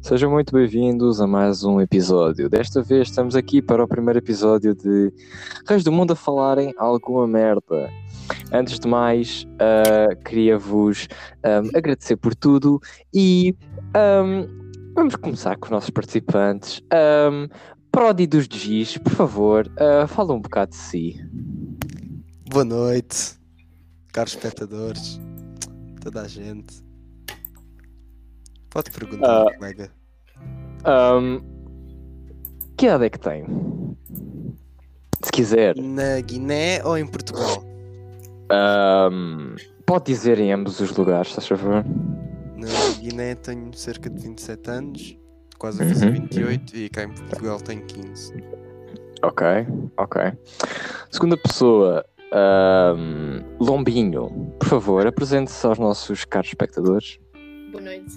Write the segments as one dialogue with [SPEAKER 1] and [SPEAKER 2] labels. [SPEAKER 1] Sejam muito bem-vindos a mais um episódio. Desta vez estamos aqui para o primeiro episódio de Reis do Mundo a Falarem Alguma Merda. Antes de mais, ah, queria-vos ahm, agradecer por tudo e ahm, vamos começar com os nossos participantes. Um, Prodi dos Gis, por favor, ah, fala um bocado de si.
[SPEAKER 2] Boa noite, caros espectadores, toda a gente. Pode perguntar, colega.
[SPEAKER 1] Ahm, que idade é que tem? Se quiser.
[SPEAKER 2] Na Guiné ou em Portugal?
[SPEAKER 1] Ahm, pode dizer em ambos os lugares, estás a favor?
[SPEAKER 2] Na Guiné tenho cerca de 27 anos, quase a fazer
[SPEAKER 1] Uhum,
[SPEAKER 2] 28, e cá em Portugal tenho 15.
[SPEAKER 1] Ok, ok. Segunda pessoa, ahm, Lombinho, por favor, apresente-se aos nossos caros espectadores.
[SPEAKER 3] Boa noite.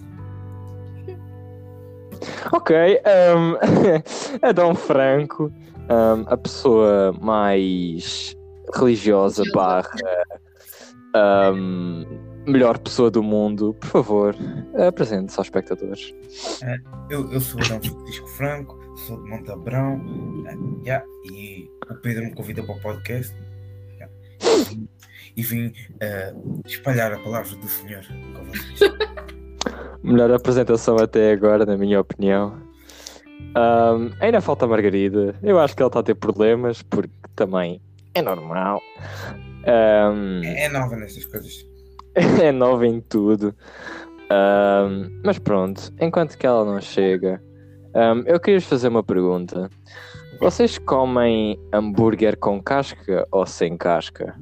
[SPEAKER 1] Ok, ahm, Adão Franco, ahm, a pessoa mais religiosa
[SPEAKER 3] Religiosa.
[SPEAKER 1] barra ahm, melhor pessoa do mundo, por favor, apresente-se aos espectadores.
[SPEAKER 4] Eu, eu sou o Adão Francisco Franco, sou de Montabrão, eh, já, e o Pedro me convida para o podcast já, e vim- e vim eh, espalhar a palavra do Senhor com vocês.
[SPEAKER 1] Melhor apresentação até agora, na minha opinião. Ahm, ainda falta a Margarida. Eu acho que ela está a ter problemas, porque também é normal. Ahm,
[SPEAKER 4] É, é nova nessas coisas.
[SPEAKER 1] é nova em tudo. Ahm, mas pronto, enquanto que ela não chega, ahm, eu queria vos fazer uma pergunta. Vocês comem hambúrguer com casca ou sem casca?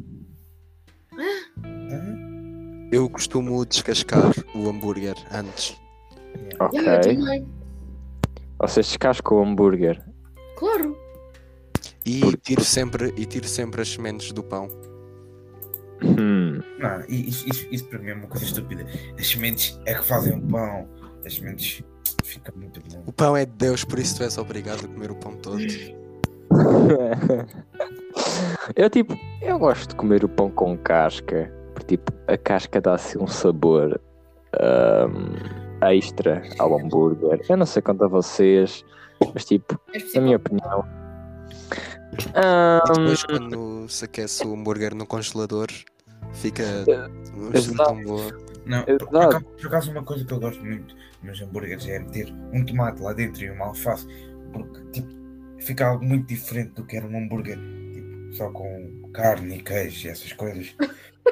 [SPEAKER 4] Hã?
[SPEAKER 2] Eu costumo descascar o hambúrguer antes.
[SPEAKER 1] Ok.
[SPEAKER 3] Yeah, eu também.
[SPEAKER 1] Vocês descascam o hambúrguer.
[SPEAKER 3] Claro.
[SPEAKER 2] E
[SPEAKER 1] Por-
[SPEAKER 2] tiro sempre, e tiro sempre as sementes do pão.
[SPEAKER 1] Hum.
[SPEAKER 4] Não, i- isso, isso, isso para mim é uma coisa estúpida. As sementes é que fazem o pão. As sementes fica muito bom.
[SPEAKER 2] O pão é de Deus, por isso tu és obrigado a comer o pão todo.
[SPEAKER 1] eu tipo, eu gosto de comer o pão com casca, porque tipo, a casca dá assim um sabor ahm, extra ao hambúrguer. Eu não sei quanto a vocês, mas tipo,
[SPEAKER 3] És
[SPEAKER 1] na minha
[SPEAKER 3] psicólogo.
[SPEAKER 1] opinião. hum, ahm,
[SPEAKER 2] E depois, quando se aquece o hambúrguer no congelador, fica uma gestão
[SPEAKER 1] É, Exato.
[SPEAKER 2] tão boa.
[SPEAKER 4] Não,
[SPEAKER 1] É
[SPEAKER 4] por, por
[SPEAKER 1] verdade.
[SPEAKER 4] acaso, por acaso uma coisa que eu gosto muito nos hambúrgueres é meter um tomate lá dentro e uma alface, porque tipo, fica algo muito diferente do que era um hambúrguer, tipo, só com carne e queijo e essas coisas.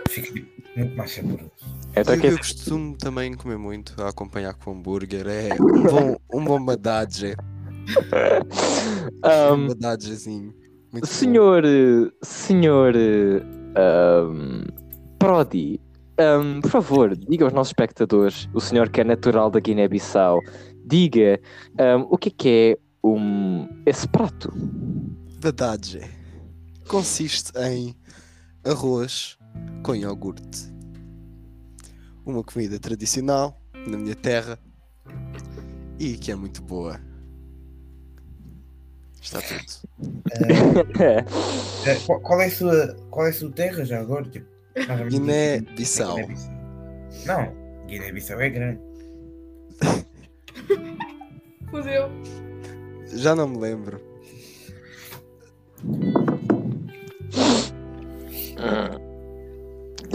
[SPEAKER 4] Fica tipo, muito mais saboroso.
[SPEAKER 1] então
[SPEAKER 2] eu,
[SPEAKER 1] que-
[SPEAKER 2] eu costumo também comer muito a acompanhar com hambúrguer. É um bom, um bom badadje. Um
[SPEAKER 1] ahm,
[SPEAKER 2] badadjezinho. Um Muito bom.
[SPEAKER 1] Um, senhor, eh, senhor eh, ahm, Prodi, ahm, por favor, diga aos nossos espectadores, o senhor que é natural da Guiné-Bissau, diga ahm, o que é que é um, esse prato?
[SPEAKER 2] Badadje consiste em arroz com iogurte. Uma comida tradicional na minha terra e que é muito boa. Está tudo.
[SPEAKER 4] Eh, qual, qual é a sua, qual é a sua terra já agora? Tipo, nós vamos dizer
[SPEAKER 2] Guiné-Bissau.
[SPEAKER 4] Guiné-Bissau. Não, Guiné-Bissau é grande.
[SPEAKER 3] Fudeu.
[SPEAKER 2] Já não me lembro.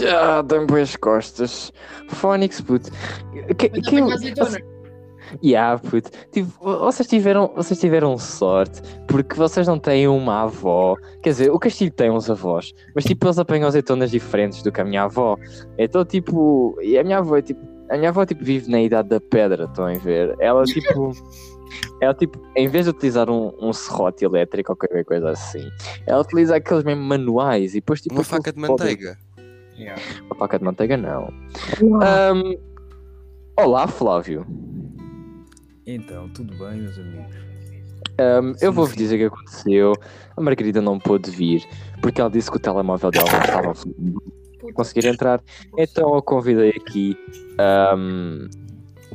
[SPEAKER 1] Ah, dão me as costas. Fónix, puto. Que,
[SPEAKER 3] Mas
[SPEAKER 1] que-
[SPEAKER 3] também com azeitona.
[SPEAKER 1] Yeah, puto. Tipo, vocês, tiveram, vocês tiveram sorte porque vocês não têm uma avó. Quer dizer, o Castilho tem uns avós, mas tipo, eles apanham azeitonas diferentes do que a minha avó. Então, tipo, e a minha avó é tipo. A minha avó tipo, vive na idade da pedra, estão a ver? Ela tipo. Ela tipo, em vez de utilizar um, um serrote elétrico ou qualquer coisa assim, ela utiliza aqueles mesmo manuais e depois tipo.
[SPEAKER 2] Uma
[SPEAKER 1] aquilo
[SPEAKER 2] faca de
[SPEAKER 1] pode-
[SPEAKER 2] manteiga.
[SPEAKER 4] Yeah.
[SPEAKER 1] Uma faca de manteiga não. Ahm, olá, Flávio.
[SPEAKER 5] Então, tudo bem, meus amigos?
[SPEAKER 1] Ahm, eu
[SPEAKER 4] Sim,
[SPEAKER 1] vou-vos
[SPEAKER 4] sim.
[SPEAKER 1] dizer o que aconteceu. A Margarida não pôde vir porque ela disse que o telemóvel dela não estava a
[SPEAKER 3] Puta.
[SPEAKER 1] conseguir entrar. Então eu convidei aqui ahm,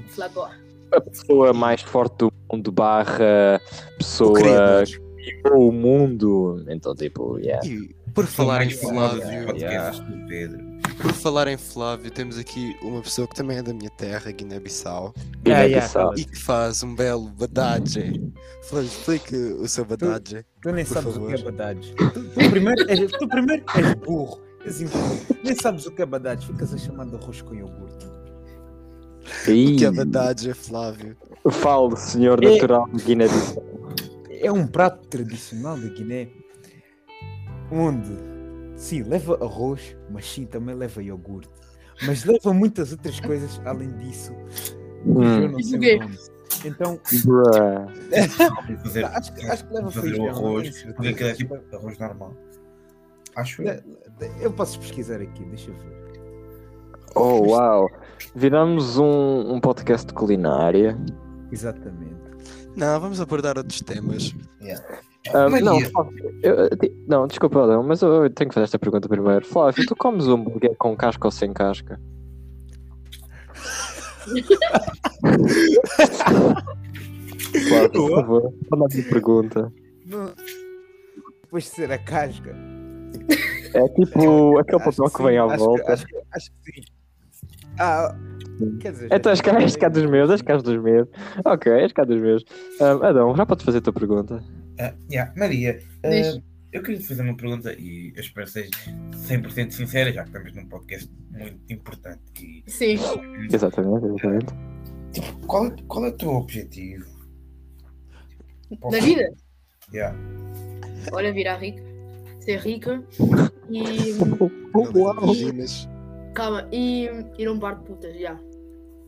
[SPEAKER 3] Flabor.
[SPEAKER 1] a pessoa mais forte do mundo barra
[SPEAKER 2] O
[SPEAKER 1] pessoa
[SPEAKER 2] criador.
[SPEAKER 1] que criou o mundo. Então, tipo, yeah.
[SPEAKER 2] E por
[SPEAKER 4] Sou
[SPEAKER 2] falar em
[SPEAKER 4] mais famoso dos
[SPEAKER 2] Flávio,
[SPEAKER 4] podcasts do Pedro.
[SPEAKER 2] Por falar em Flávio, temos aqui uma pessoa que também é da minha terra, Guiné-Bissau,
[SPEAKER 1] Guiné
[SPEAKER 5] yeah,
[SPEAKER 1] Bissau.
[SPEAKER 2] e que faz um belo badage. Flávio, explique o seu badage.
[SPEAKER 5] Tu nem
[SPEAKER 2] Por
[SPEAKER 5] sabes o que é
[SPEAKER 2] favor.
[SPEAKER 5] badades. Tu, tu primeiro és, tu primeiro és burro. És infeliz. nem sabes o que é badades. Ficas a chamar de arroz com iogurte.
[SPEAKER 2] O que é
[SPEAKER 1] Ih,
[SPEAKER 2] badage, Flávio?
[SPEAKER 1] Fale, senhor
[SPEAKER 5] É.
[SPEAKER 1] natural de Guiné-Bissau.
[SPEAKER 5] É um prato tradicional da Guiné. Onde, sim, leva arroz, mas sim, também leva iogurte. Mas leva muitas outras coisas além disso. Eu
[SPEAKER 1] Hum,
[SPEAKER 5] não sei
[SPEAKER 3] Ninguém.
[SPEAKER 5] o nome. Então, tá,
[SPEAKER 1] bruh. É,
[SPEAKER 4] Fazer,
[SPEAKER 5] acho, que- acho que leva
[SPEAKER 4] fazer
[SPEAKER 5] feijão.
[SPEAKER 4] o
[SPEAKER 5] não tenho
[SPEAKER 4] arroz,
[SPEAKER 5] certeza.
[SPEAKER 4] porque aquilo é tipo É. arroz normal. Acho eu.
[SPEAKER 5] Le- le- Eu posso pesquisar aqui, deixa eu ver.
[SPEAKER 1] Oh, uau. Viramos um, um podcast de culinária.
[SPEAKER 5] Exatamente.
[SPEAKER 2] Não, vamos abordar outros temas.
[SPEAKER 1] Ah,
[SPEAKER 4] Maria.
[SPEAKER 1] não, Flávio, eu- eu te- não, desculpa, Adão, mas eu, eu tenho que fazer esta pergunta primeiro. Flávio, tu comes um hambúrguer com casca ou sem casca? Flávio, por favor, manda a minha pergunta.
[SPEAKER 5] Não- Depois de ser a casca.
[SPEAKER 1] É tipo aquele
[SPEAKER 5] acho
[SPEAKER 1] papel que
[SPEAKER 5] sim,
[SPEAKER 1] vem à
[SPEAKER 5] acho que-
[SPEAKER 1] volta.
[SPEAKER 5] acho, que- acho que sim. Ah, quer dizer.
[SPEAKER 1] Então és cá, és cá dos meus, és cá dos meus. Ok, és cá dos meus. Ah, Adão, já podes fazer a tua pergunta.
[SPEAKER 4] Ah, yeah, Maria, ah,
[SPEAKER 3] Diz.
[SPEAKER 4] eu queria te fazer uma pergunta e eu espero que seja 100% sincera, já que estamos num podcast muito importante. E
[SPEAKER 3] Sim.
[SPEAKER 1] Exatamente, exatamente.
[SPEAKER 4] qual, é- qual é o teu objetivo? Tipo,
[SPEAKER 3] Da vida.
[SPEAKER 4] Yeah.
[SPEAKER 3] Olha, virar rico. Ser rica. E.
[SPEAKER 2] Não te
[SPEAKER 1] uau.
[SPEAKER 2] imaginas.
[SPEAKER 3] Calma. E ir a um bar de putas, já.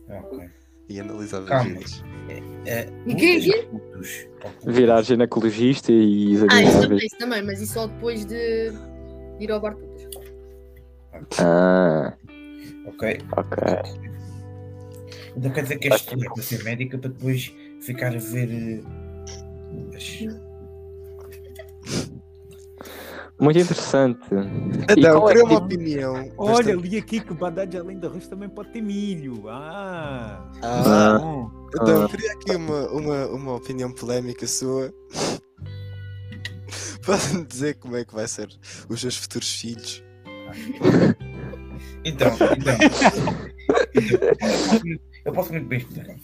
[SPEAKER 4] Ok.
[SPEAKER 2] E analisar
[SPEAKER 4] Calma.
[SPEAKER 2] vaginas.
[SPEAKER 4] Ah,
[SPEAKER 3] E quem é
[SPEAKER 4] muitas
[SPEAKER 3] que-
[SPEAKER 4] putos, ok.
[SPEAKER 1] Virar ginecologista e
[SPEAKER 3] Ah, isso
[SPEAKER 1] examináveis.
[SPEAKER 3] também, isso também, mas isso só depois de de ir ao bar de putas.
[SPEAKER 1] Ah,
[SPEAKER 4] Ok.
[SPEAKER 1] ok.
[SPEAKER 4] Então quer dizer que és estudar para ser médica para depois ficar a ver. eh, as-
[SPEAKER 1] Muito interessante. E
[SPEAKER 2] Adão,
[SPEAKER 1] qual é
[SPEAKER 2] queria
[SPEAKER 1] o
[SPEAKER 2] uma
[SPEAKER 1] tipo-
[SPEAKER 2] opinião.
[SPEAKER 5] Olha, li aqui que o badade além de arroz também pode ter milho. Ah!
[SPEAKER 2] Ah,
[SPEAKER 5] Bom.
[SPEAKER 2] Adão, queria aqui uma, uma, uma opinião polémica sua. Pode-me dizer como é que vai ser os seus futuros filhos?
[SPEAKER 4] Então, então. eu, posso muito, eu posso muito bem explicar.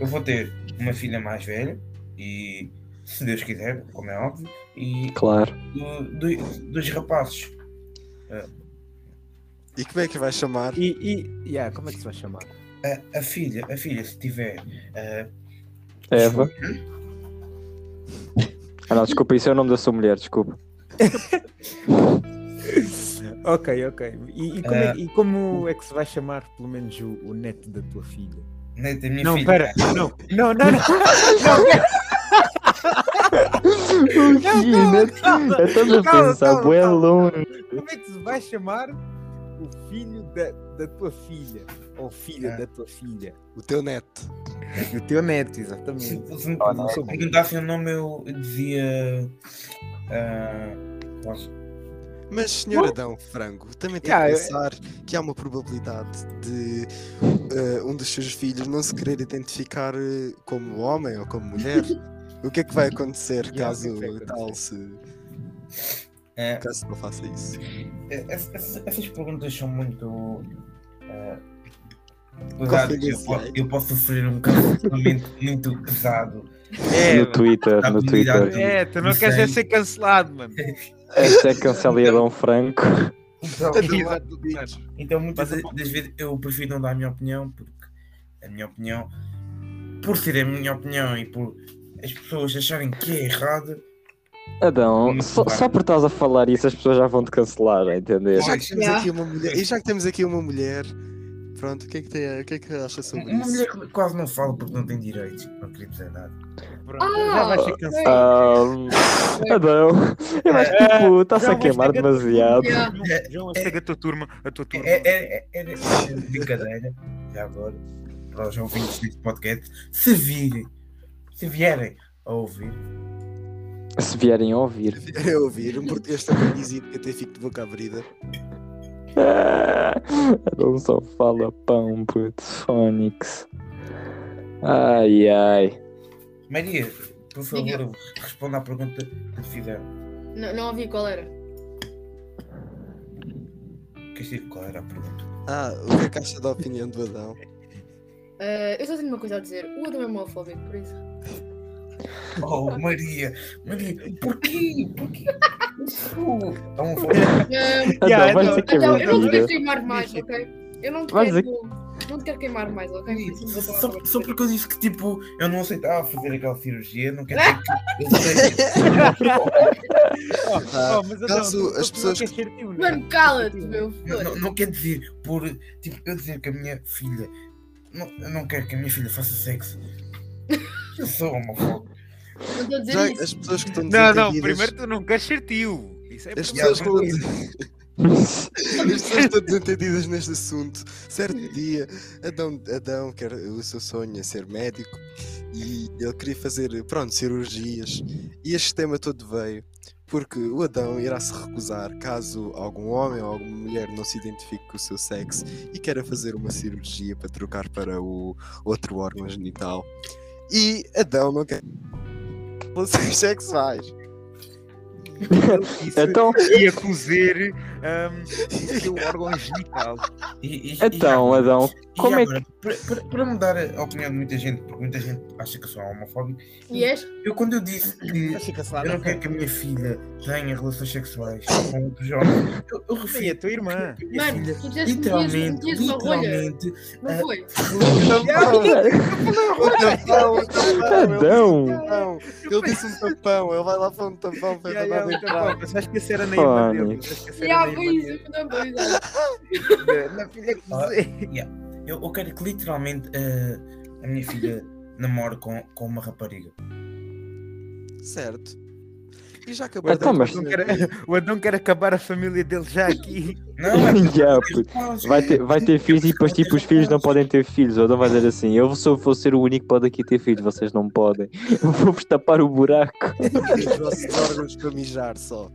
[SPEAKER 4] Eu vou ter uma filha mais velha e, se Deus quiser, como é óbvio, e
[SPEAKER 1] Claro.
[SPEAKER 4] do- do- dos rapazes.
[SPEAKER 2] E como é que vai chamar?
[SPEAKER 5] E, e yeah, como é que se vai chamar?
[SPEAKER 4] A, a filha, a filha, se tiver. eh,
[SPEAKER 1] Eva. Ah, não, desculpa, isso é o nome da sua mulher, desculpa.
[SPEAKER 5] Ok, ok. E, e como, é, e como é que se vai chamar, pelo menos, o, o neto da tua filha?
[SPEAKER 4] né, da minha
[SPEAKER 5] não,
[SPEAKER 4] filha.
[SPEAKER 5] pera, não, não, não, não, não, calma, calma,
[SPEAKER 1] Estamos a
[SPEAKER 5] calma,
[SPEAKER 1] pensar,
[SPEAKER 5] calma,
[SPEAKER 1] bué
[SPEAKER 5] calma.
[SPEAKER 1] longe.
[SPEAKER 5] Como é que se vai chamar o filho da, da tua filha? Ou filha
[SPEAKER 4] Ah.
[SPEAKER 5] da tua filha?
[SPEAKER 2] O teu neto.
[SPEAKER 5] O teu neto,
[SPEAKER 4] Se,
[SPEAKER 5] exatamente.
[SPEAKER 4] se me
[SPEAKER 1] Ah, não.
[SPEAKER 4] se me perguntassem o nome, eu dizia. ah, posso-
[SPEAKER 2] Mas, senhor Adão Frango, também tem
[SPEAKER 5] Yeah,
[SPEAKER 2] que
[SPEAKER 5] eu-
[SPEAKER 2] pensar que há uma probabilidade de eh, um dos seus filhos não se querer identificar eh, como homem ou como mulher. O que é que vai acontecer
[SPEAKER 5] Yeah, o
[SPEAKER 2] caso
[SPEAKER 5] que é que vai
[SPEAKER 2] tal se
[SPEAKER 4] ah,
[SPEAKER 2] caso não faça isso?
[SPEAKER 4] Ess- ess- É, Essas perguntas são muito. eh, pesadas. Eu,
[SPEAKER 2] Confidenciais.
[SPEAKER 4] po- eu posso sofrer um cancelamento muito pesado.
[SPEAKER 1] No Twitter,
[SPEAKER 4] tá
[SPEAKER 1] no Twitter.
[SPEAKER 5] É, tu não
[SPEAKER 4] Não
[SPEAKER 5] queres
[SPEAKER 4] sei.
[SPEAKER 5] é ser cancelado, mano.
[SPEAKER 1] Este é cancela e Adão Franco.
[SPEAKER 4] Então,
[SPEAKER 5] Exato, exato.
[SPEAKER 4] então muitas
[SPEAKER 5] Mas-
[SPEAKER 4] das- das vezes eu prefiro não dar a minha opinião, porque a minha opinião, por ser a minha opinião e por as pessoas acharem que é errado,
[SPEAKER 1] Adão,
[SPEAKER 4] Muito
[SPEAKER 1] só,
[SPEAKER 4] bem.
[SPEAKER 1] só por estás a falar isso as pessoas já vão te cancelar, a entender?
[SPEAKER 2] E já que temos
[SPEAKER 3] Yeah.
[SPEAKER 2] aqui uma mulher, e já que temos aqui uma mulher, pronto, o que é que, tem, o que, é que acha sobre
[SPEAKER 4] uma
[SPEAKER 2] isso?
[SPEAKER 4] mulher que quase não fala porque não tem direitos, não queria dizer nada.
[SPEAKER 5] Pronto, já vais ser
[SPEAKER 1] Ah.
[SPEAKER 5] cancelado.
[SPEAKER 1] Ahm, Adão, eu acho que tipo, estás
[SPEAKER 5] João,
[SPEAKER 1] a
[SPEAKER 5] vais
[SPEAKER 1] queimar
[SPEAKER 5] ter que-
[SPEAKER 1] demasiado.
[SPEAKER 3] Yeah.
[SPEAKER 5] João, João, segue a tua turma, a tua turma.
[SPEAKER 4] É- é- é- Era era brincadeira, já agora, para os ouvintes deste podcast, se virem, se vierem a ouvir,
[SPEAKER 1] Se vierem a ouvir.
[SPEAKER 2] Eu ouvir um português tão conhecido que até fico de boca abrida.
[SPEAKER 1] Ah, Adão só fala pão, puto. Phonics. Ai ai.
[SPEAKER 4] Maria, por
[SPEAKER 3] Diga.
[SPEAKER 4] favor, responda à pergunta que te fizeram.
[SPEAKER 3] Não, não ouvi qual era.
[SPEAKER 4] O Castilho, qual era a pergunta?
[SPEAKER 2] Ah, o que é que acha da opinião do Adão?
[SPEAKER 3] Ah, eu só tenho uma coisa a dizer. O Adam é homofóbico, por isso.
[SPEAKER 4] Oh, Maria! Maria, porquê? Porquê? Isso! Tá um fogo.
[SPEAKER 3] Ah,
[SPEAKER 1] Adão,
[SPEAKER 5] Yeah,
[SPEAKER 1] vais
[SPEAKER 5] Adão.
[SPEAKER 1] ter que é
[SPEAKER 3] então, eu não te
[SPEAKER 1] mentir.
[SPEAKER 3] quero queimar mais, ok? Eu não te
[SPEAKER 1] Mas
[SPEAKER 3] quero. Não te quero queimar mais, ok? Por isso não
[SPEAKER 4] Só,
[SPEAKER 3] é vou falar
[SPEAKER 4] só-
[SPEAKER 3] mais
[SPEAKER 4] só
[SPEAKER 3] sobre
[SPEAKER 4] porque eu disse que tipo, eu não aceitava fazer aquela cirurgia, não quer dizer que eu sei.
[SPEAKER 5] Oh, oh, mas Adão,
[SPEAKER 2] Caso
[SPEAKER 5] tu- tu-
[SPEAKER 2] as
[SPEAKER 5] tu
[SPEAKER 2] pessoas-
[SPEAKER 5] não queres ser tio,
[SPEAKER 3] isso.
[SPEAKER 5] não é?
[SPEAKER 3] Mano, cala-te, meu.
[SPEAKER 4] Não, não,
[SPEAKER 3] foda-se.
[SPEAKER 4] não quer dizer por tipo, eu dizer que a minha filha. Não, eu não quero que a minha filha faça sexo. Eu sou homofóbico.
[SPEAKER 3] Não estou a dizer
[SPEAKER 2] Já
[SPEAKER 4] é
[SPEAKER 3] isso.
[SPEAKER 2] as pessoas que estão
[SPEAKER 6] Não, não,
[SPEAKER 2] desentendidas-
[SPEAKER 6] primeiro tu não queres ser tio. Isso é
[SPEAKER 2] As
[SPEAKER 6] primeiro.
[SPEAKER 2] pessoas, que estão... as pessoas que estão desentendidas neste assunto. Certo dia, Adão, Adão quer, o seu sonho é ser médico e ele queria fazer, pronto, cirurgias. E este tema todo veio porque o Adão irá se recusar caso algum homem ou alguma mulher não se identifique com o seu sexo e queira fazer uma cirurgia para trocar para o outro órgão genital. E Adão não quer relações sexuais.
[SPEAKER 6] Isso
[SPEAKER 1] Então,
[SPEAKER 6] ia cozer ahm, o seu órgão genital.
[SPEAKER 4] E- e- e
[SPEAKER 1] então,
[SPEAKER 4] agora-
[SPEAKER 1] Adão,
[SPEAKER 4] e
[SPEAKER 1] como é
[SPEAKER 4] agora, para- para- Para mudar a opinião de muita gente, porque muita gente acha que eu sou homofóbico,
[SPEAKER 3] E és?
[SPEAKER 4] eu quando eu disse que
[SPEAKER 5] Acho que a
[SPEAKER 4] eu não
[SPEAKER 5] salada
[SPEAKER 4] quero que a minha filha tenha relações sexuais com outros homens, eu, eu
[SPEAKER 5] foi
[SPEAKER 4] refiro
[SPEAKER 5] a tua irmã.
[SPEAKER 4] que a minha
[SPEAKER 3] Mano,
[SPEAKER 4] filha
[SPEAKER 3] tu disseste que tinhas- que
[SPEAKER 4] literalmente,
[SPEAKER 3] tinhas uma rolha.
[SPEAKER 4] literalmente,
[SPEAKER 3] Não
[SPEAKER 4] Ah,
[SPEAKER 3] foi?
[SPEAKER 2] Um tampão, um tampão.
[SPEAKER 1] Adão.
[SPEAKER 2] Ele disse um tampão. Ele disse um tampão. Ele vai lá para um tampão para
[SPEAKER 5] Yeah,
[SPEAKER 2] yeah, mandar
[SPEAKER 5] yeah, então,
[SPEAKER 2] entrar.
[SPEAKER 5] pá, mas acho que essa era na irmã dele.
[SPEAKER 1] Fónix.
[SPEAKER 5] mas acho que essa
[SPEAKER 3] E
[SPEAKER 5] era
[SPEAKER 3] há
[SPEAKER 5] na irmã
[SPEAKER 3] pois,
[SPEAKER 5] dele.
[SPEAKER 3] eu não vou usar.
[SPEAKER 5] Na filha que você-
[SPEAKER 4] eu, eu quero que literalmente ah, a minha filha namore com, com uma rapariga.
[SPEAKER 2] Certo. E já
[SPEAKER 5] O
[SPEAKER 2] acabou.
[SPEAKER 1] Então,
[SPEAKER 5] Adão,
[SPEAKER 1] mas-
[SPEAKER 5] não quer, o Adão quer acabar a família dele já aqui.
[SPEAKER 4] Não, é
[SPEAKER 1] Yeah, puto. Vai ter, vai ter filhos e depois, tipo, os filhos não podem ter filhos. O Adão vai dizer assim: Eu sou, vou ser o único que pode aqui ter filhos, vocês não podem. Vou-vos tapar o buraco.
[SPEAKER 2] Os nossos órgãos para mijar só.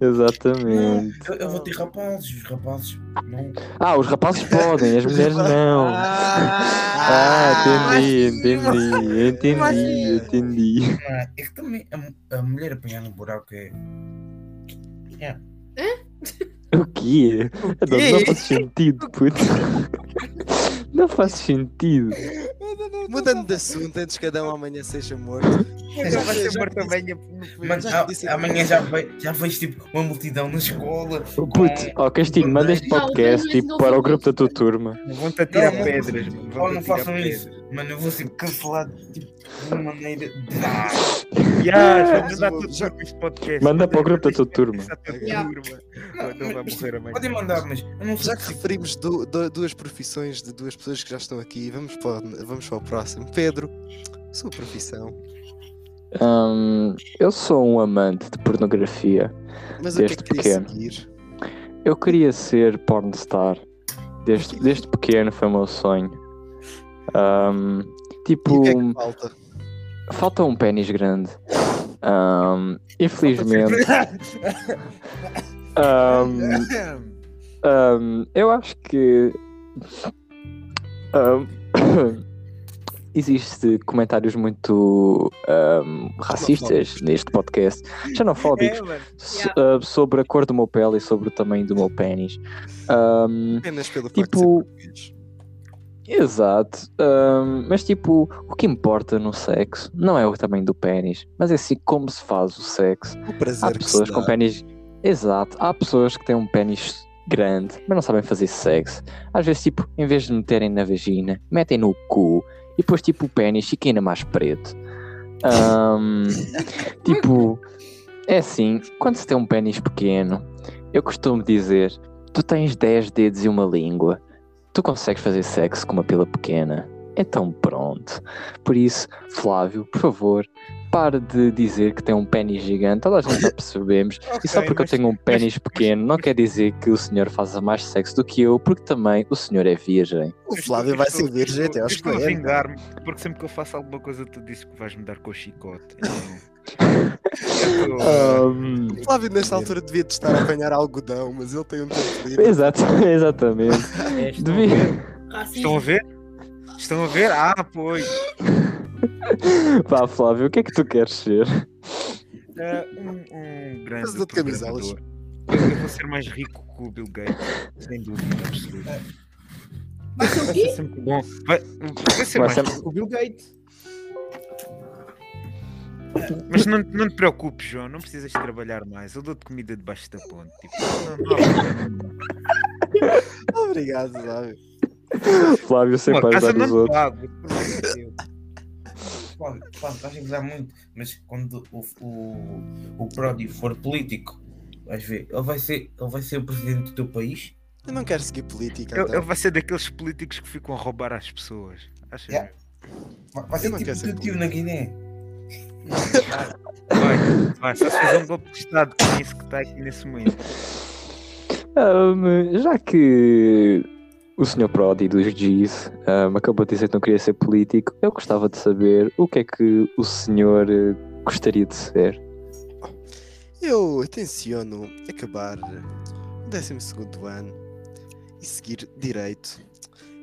[SPEAKER 1] Exatamente.
[SPEAKER 4] Eu, eu vou ter rapazes, os rapazes não.
[SPEAKER 1] Ah, os rapazes podem, as mulheres não.
[SPEAKER 5] Ah,
[SPEAKER 1] Ah, entendi,
[SPEAKER 5] machismo.
[SPEAKER 1] entendi, entendi,
[SPEAKER 5] Machismo.
[SPEAKER 1] entendi.
[SPEAKER 4] Ah, é que também a, mu- a mulher apanhar no buraco é.
[SPEAKER 1] O quê? Adão, não faz sentido, puto. Não faz sentido.
[SPEAKER 2] Mudando de assunto, antes que Adão amanhã seja morto.
[SPEAKER 5] Então vai ser
[SPEAKER 2] Já
[SPEAKER 5] morto
[SPEAKER 2] disse-
[SPEAKER 5] amanhã. no-
[SPEAKER 4] Mas
[SPEAKER 2] Já
[SPEAKER 4] a-
[SPEAKER 2] disse-
[SPEAKER 4] amanhã já, ve, já vejo tipo uma multidão na escola.
[SPEAKER 1] Puto, ó Castilho, manda este podcast tipo, para o grupo da tua turma.
[SPEAKER 5] Vão-te atirar
[SPEAKER 4] Não, não
[SPEAKER 5] pedras.
[SPEAKER 4] façam-
[SPEAKER 5] vão-te
[SPEAKER 4] Oh, não
[SPEAKER 5] atirar
[SPEAKER 4] façam
[SPEAKER 5] pedras.
[SPEAKER 4] isso. Mano, eu vou ser cancelado tipo, de uma maneira. Ah,
[SPEAKER 5] Ya, já
[SPEAKER 2] Mas
[SPEAKER 5] manda
[SPEAKER 2] o-
[SPEAKER 5] tudo
[SPEAKER 2] já-
[SPEAKER 5] sobre este podcast.
[SPEAKER 1] Manda para o grupo da tua turma.
[SPEAKER 5] Essa tua
[SPEAKER 2] Ya.
[SPEAKER 5] turma. O Adão vai
[SPEAKER 4] mas,
[SPEAKER 5] morrer amanhã.
[SPEAKER 4] podem mandar, mas eu não sei.
[SPEAKER 2] Já que referimos du- du- duas profissões de duas pessoas que já estão aqui, vamos para, o- vamos para o próximo. Pedro, sua profissão.
[SPEAKER 1] Hum, eu sou um amante de pornografia.
[SPEAKER 2] Mas o que é
[SPEAKER 1] Desde
[SPEAKER 2] que queria
[SPEAKER 1] pequeno.
[SPEAKER 2] seguir?
[SPEAKER 1] Eu queria ser pornstar. Desde, desde pequeno foi o meu sonho. Ahm,
[SPEAKER 2] E o
[SPEAKER 1] tipo,
[SPEAKER 2] que é que falta?
[SPEAKER 1] falta um pênis grande. Ahm, infelizmente. Ahm, ahm, eu acho que. ahm, existe comentários muito ahm, racistas neste podcast. Xenofóbicos.
[SPEAKER 5] É, mano.
[SPEAKER 1] so- ah, sobre a cor do meu pele e sobre o tamanho do meu pênis. Ahm,
[SPEAKER 2] Apenas pelo
[SPEAKER 1] hum, Tipo-
[SPEAKER 2] facto de ser português.
[SPEAKER 1] exato. Ahm, mas tipo, o que importa no sexo não é o tamanho do pênis, mas é sim como se faz o sexo.
[SPEAKER 2] O
[SPEAKER 1] Há
[SPEAKER 2] prazer que se
[SPEAKER 1] pessoas
[SPEAKER 2] dá.
[SPEAKER 1] com pênis. Exato. Há pessoas que têm um pênis grande, mas não sabem fazer sexo. Às vezes, tipo, em vez de meterem na vagina, metem no cu e depois, tipo, o pênis fica ainda mais preto. Ahm, tipo, é assim, quando se tem um pênis pequeno, eu costumo dizer: tu tens 10 dedos e uma língua, tu consegues fazer sexo com uma pila pequena. Então pronto. Por isso, Flávio, por favor, pare de dizer que tem um pênis gigante. Toda a gente já percebemos. E só
[SPEAKER 5] Ok,
[SPEAKER 1] porque eu
[SPEAKER 5] mas-
[SPEAKER 1] tenho um pênis pequeno, não quer dizer que o senhor faça mais sexo do que eu, porque também o senhor é virgem.
[SPEAKER 2] O
[SPEAKER 6] Eu estou-
[SPEAKER 2] Flávio
[SPEAKER 6] eu
[SPEAKER 2] vai
[SPEAKER 6] estou-
[SPEAKER 2] ser virgem
[SPEAKER 6] eu
[SPEAKER 2] até aos
[SPEAKER 6] estou a
[SPEAKER 2] 40.
[SPEAKER 6] vingar-me, porque sempre que eu faço alguma coisa, tu dizes que vais me dar com o chicote. Então, eu
[SPEAKER 2] Ah,
[SPEAKER 6] tô-
[SPEAKER 5] Um.
[SPEAKER 1] Ahm,
[SPEAKER 2] O Flávio, nesta altura, devia de estar a apanhar algodão, mas ele tem um tempo livre.
[SPEAKER 1] exato, exatamente. Devia...
[SPEAKER 6] Estão a
[SPEAKER 3] Racismo.
[SPEAKER 6] ver? Estão a ver? Ah, pois.
[SPEAKER 1] Vá, Flávio, o que é que tu queres ser?
[SPEAKER 6] Ah, um, um grande
[SPEAKER 2] Mas não de camisolas.
[SPEAKER 6] programador. Eu, eu vou ser mais rico que o Bill Gates, sem dúvida absoluta.
[SPEAKER 2] Ah,
[SPEAKER 3] Vai ser o
[SPEAKER 5] Vai
[SPEAKER 3] quê?
[SPEAKER 5] ser sempre bom.
[SPEAKER 6] Bom, vai, vai ser
[SPEAKER 1] Vai
[SPEAKER 6] mais
[SPEAKER 1] ser-
[SPEAKER 6] rico.
[SPEAKER 5] O Bill Gates.
[SPEAKER 6] Mas não, não te preocupes, João, não precisas trabalhar mais. Eu dou-te comida debaixo da ponte. Tipo, não, não há problema nenhum.
[SPEAKER 2] é. Obrigado, Flávio.
[SPEAKER 1] Flávio sempre
[SPEAKER 6] Uma
[SPEAKER 1] a
[SPEAKER 6] casa
[SPEAKER 1] ajudar os
[SPEAKER 5] é
[SPEAKER 6] não te
[SPEAKER 1] outros.
[SPEAKER 6] pago. por amor de Deus.
[SPEAKER 4] tipo, Pode, pode, vais gozar muito, mas quando o, o, o Prodi for político, vais ver, ele vai, ser, ele vai ser o presidente do teu país.
[SPEAKER 2] Eu não quero seguir política.
[SPEAKER 6] Ele,
[SPEAKER 2] então.
[SPEAKER 6] ele vai ser daqueles políticos que ficam a roubar às pessoas. Achas?
[SPEAKER 4] Yeah. Vai, vai
[SPEAKER 2] Eu
[SPEAKER 4] ser
[SPEAKER 2] não
[SPEAKER 4] tipo
[SPEAKER 2] quero ser
[SPEAKER 4] teu tio na Guiné.
[SPEAKER 6] Vai, vai, só se fizer um golpe de Estado com isso que está aqui nesse momento.
[SPEAKER 1] Ahm, já que o Sr. Prodi dos G's ahm, acabou de dizer que não queria ser político, eu gostava de saber o que é que o senhor eh, gostaria de ser.
[SPEAKER 2] Eu tenciono acabar o 12 ano e seguir direito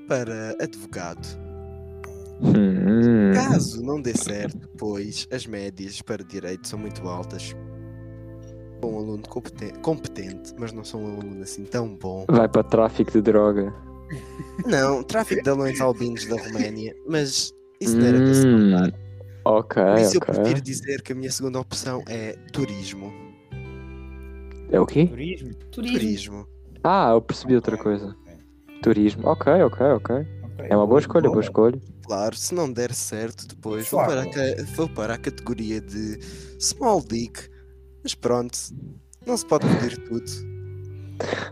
[SPEAKER 2] para advogado.
[SPEAKER 1] Hum,
[SPEAKER 2] Caso não dê certo, pois as médias para direito são muito altas. Sou um aluno competen- competente, mas não sou um aluno assim tão bom.
[SPEAKER 1] vai para tráfico de droga.
[SPEAKER 2] Não, tráfico de alunos albinos da Roménia, mas isso não era para se
[SPEAKER 1] Hum,
[SPEAKER 2] contar.
[SPEAKER 1] Ok,
[SPEAKER 2] Por isso eu
[SPEAKER 1] ok.
[SPEAKER 2] prefiro dizer que a minha segunda opção é turismo.
[SPEAKER 1] É o quê?
[SPEAKER 5] Turismo.
[SPEAKER 3] Turismo.
[SPEAKER 2] Turismo.
[SPEAKER 1] Ah, eu percebi outra coisa. Turismo. Ok, ok, ok.
[SPEAKER 4] Ok,
[SPEAKER 1] É uma boa escolha, boa escolha.
[SPEAKER 2] Claro, se não der certo, depois vou para, a, ca- vou para a categoria de small dick. Mas pronto, não se pode pedir tudo.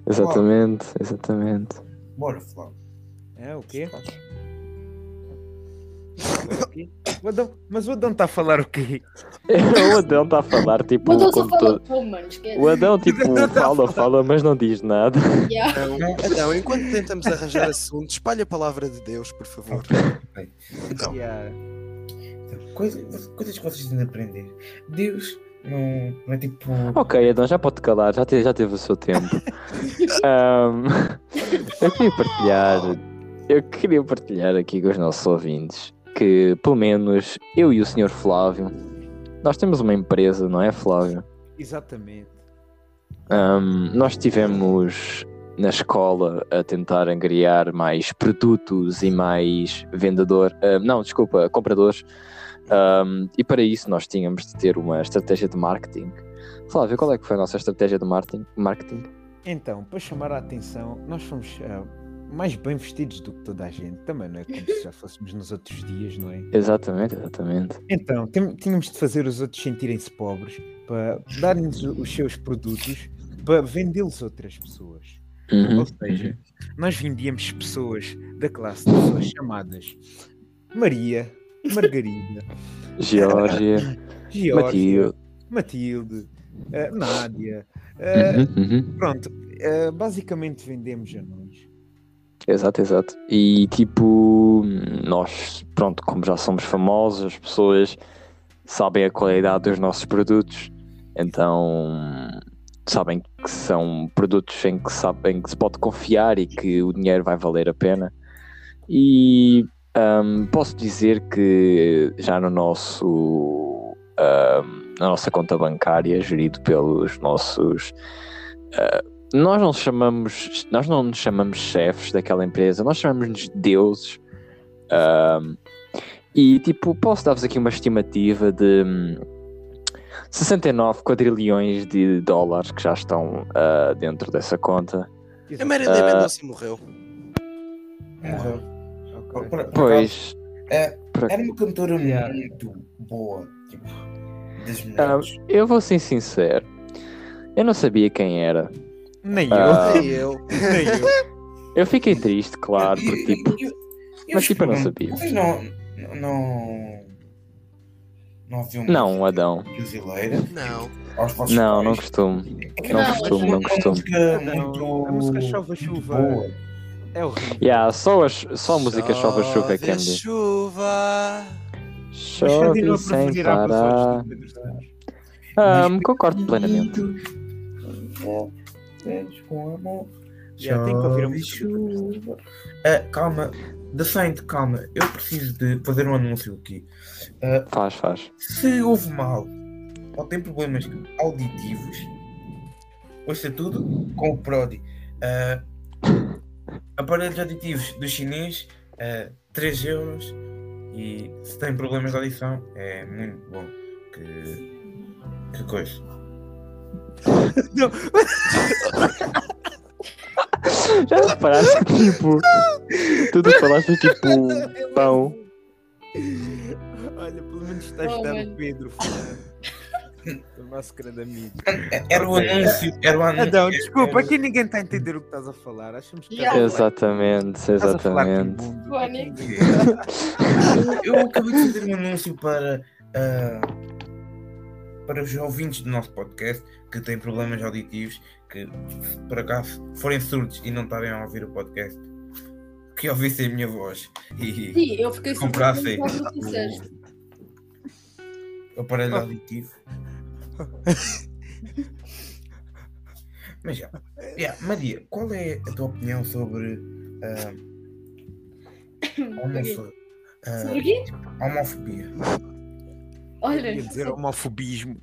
[SPEAKER 1] Exatamente, exatamente.
[SPEAKER 4] Bora, Flávio.
[SPEAKER 5] É o quê?
[SPEAKER 4] Flávio.
[SPEAKER 5] É o quê?
[SPEAKER 6] O Adão- um, mas o Adão está tá a falar o quê?
[SPEAKER 1] o Adão está a falar, tipo,
[SPEAKER 3] Mas eu só
[SPEAKER 1] como
[SPEAKER 3] falo
[SPEAKER 1] todo-
[SPEAKER 3] pão, mano, esquece.
[SPEAKER 1] O Adão, tipo,
[SPEAKER 6] Adão tá a
[SPEAKER 1] fala, fala, mas não diz nada.
[SPEAKER 3] Yeah.
[SPEAKER 2] Então, então, enquanto tentamos arranjar assunto, espalhe a palavra de Deus, por favor. Então,
[SPEAKER 5] Yeah.
[SPEAKER 4] Então, coisa- coisas que vocês têm de aprender. Deus não, não é tipo.
[SPEAKER 1] Ok, Adão, já pode calar, já teve, já teve o seu tempo. Ahm, eu queria partilhar, eu queria partilhar aqui com os nossos ouvintes que, pelo menos, eu e o Sr. Flávio, nós temos uma empresa, não é, Flávio?
[SPEAKER 5] Exatamente.
[SPEAKER 1] Ahm, nós estivemos na escola a tentar angariar mais produtos e mais vendedor, ahm, não, desculpa, compradores. Ahm, e para isso nós tínhamos de ter uma estratégia de marketing. Flávio, qual é que foi a nossa estratégia de marketing? marketing?
[SPEAKER 5] Então, para chamar a atenção, nós fomos ah, mais bem vestidos do que toda a gente. Também não é como se já fôssemos nos outros dias, não é?
[SPEAKER 1] Exatamente, exatamente.
[SPEAKER 5] Então, tem- tínhamos de fazer os outros sentirem-se pobres para dar-nos os seus produtos para vendê-los a outras pessoas.
[SPEAKER 1] Uhum.
[SPEAKER 5] Ou seja, nós vendíamos pessoas da classe de pessoas chamadas Maria, Margarida,
[SPEAKER 1] Geórgia,
[SPEAKER 5] Geórgia,
[SPEAKER 1] Matilde.
[SPEAKER 5] Matilde, ah, Nádia. ah,
[SPEAKER 1] Uhum, uhum.
[SPEAKER 5] Pronto, eh, basicamente vendemos a nós.
[SPEAKER 1] Exato, exato. E tipo, nós, pronto, como já somos famosos, as pessoas sabem a qualidade dos nossos produtos, então sabem que são produtos em que sabem que se pode confiar e que o dinheiro vai valer a pena. E ahm, posso dizer que já no nosso ahm, na nossa conta bancária, gerido pelos nossos nós não chamamos, nós não nos chamamos chefes daquela empresa, nós chamamos-nos deuses. Ahm, e tipo, posso dar-vos aqui uma estimativa de hum, 69 quadrilhões de dólares que já estão ah, dentro dessa conta.
[SPEAKER 2] a
[SPEAKER 1] Ah.
[SPEAKER 2] Marilyn Mendonça morreu.
[SPEAKER 4] Morreu. Por-
[SPEAKER 5] Ok.
[SPEAKER 4] por- por
[SPEAKER 1] Pois,
[SPEAKER 4] acaso, é, Era uma cantora
[SPEAKER 5] Yeah.
[SPEAKER 4] muito boa. Tipo, das
[SPEAKER 1] Ah,
[SPEAKER 4] melhores.
[SPEAKER 1] eu vou ser sincero, eu não sabia quem era.
[SPEAKER 5] Nem eu,
[SPEAKER 1] Ah.
[SPEAKER 2] E eu.
[SPEAKER 5] nem eu.
[SPEAKER 1] Eu fiquei triste, claro, porque tipo,
[SPEAKER 4] Eu- eu-
[SPEAKER 1] mas, tipo, eu não
[SPEAKER 4] pergunto,
[SPEAKER 1] sabia.
[SPEAKER 4] Vocês não. Não. Não, não havia uma
[SPEAKER 1] não, Adão,
[SPEAKER 4] brasileira
[SPEAKER 2] Não.
[SPEAKER 4] aos vossos
[SPEAKER 1] não, não
[SPEAKER 4] pais?
[SPEAKER 1] costumo.
[SPEAKER 4] É que
[SPEAKER 1] não
[SPEAKER 4] era
[SPEAKER 1] costumo,
[SPEAKER 4] uma
[SPEAKER 1] não costumo.
[SPEAKER 4] música
[SPEAKER 5] Não,
[SPEAKER 4] muito-
[SPEAKER 5] a música Chova
[SPEAKER 4] muito
[SPEAKER 5] Chuva.
[SPEAKER 4] boa.
[SPEAKER 5] É horrível.
[SPEAKER 1] Yeah, só, as, só a música Chova-Chuva que é
[SPEAKER 2] Chove chuva.
[SPEAKER 5] Mas
[SPEAKER 1] Chove
[SPEAKER 5] continua a
[SPEAKER 1] sem
[SPEAKER 5] preferir a
[SPEAKER 1] parar.
[SPEAKER 5] pessoas de Pedro Santos.
[SPEAKER 1] Ah, concordo plenamente.
[SPEAKER 4] Sentes com amor.
[SPEAKER 5] Já tem que ouvir um a
[SPEAKER 4] Chove
[SPEAKER 5] música.
[SPEAKER 4] chuva. Ah, calma, The Saint, calma. Eu preciso de fazer um anúncio aqui.
[SPEAKER 1] Faz, faz.
[SPEAKER 4] Se houve mal ou tem problemas auditivos, Ouça tudo com o Prodi. Ah, aparelhos auditivos do chinês, ah, 3 euros. E se tem problemas de audição, é muito bom. Que, que coisa.
[SPEAKER 1] Já reparaste que tipo. Tudo que falaste é tipo. Pão.
[SPEAKER 5] Olha, pelo menos está a
[SPEAKER 3] Oh,
[SPEAKER 5] ajudar
[SPEAKER 3] mano.
[SPEAKER 5] o Pedro, foda. A máscara da mídia.
[SPEAKER 4] É, Era o anúncio. Era o anúncio.
[SPEAKER 5] Adão, desculpa, aqui ninguém está a entender o que estás a falar. Achamos que
[SPEAKER 3] Yeah.
[SPEAKER 5] estás a falar- tipo
[SPEAKER 1] Exatamente,
[SPEAKER 5] estás a falar com o
[SPEAKER 1] exatamente.
[SPEAKER 5] mundo. é
[SPEAKER 3] Fone.
[SPEAKER 4] Eu acabei de fazer um anúncio para, ah, para os ouvintes do nosso podcast que têm problemas auditivos, que se por acaso forem surdos e não estarem a ouvir o podcast, que ouvissem a minha voz e
[SPEAKER 3] Sim, eu fiquei
[SPEAKER 4] comprassem
[SPEAKER 3] surpresa quando tu disseste.
[SPEAKER 4] o aparelho auditivo. Mas já, já, Maria, qual é a tua opinião sobre ah, homofo- ah,
[SPEAKER 3] Sobre o quê?
[SPEAKER 4] homofobia?
[SPEAKER 3] Olha,
[SPEAKER 5] Quer dizer, homofobismo.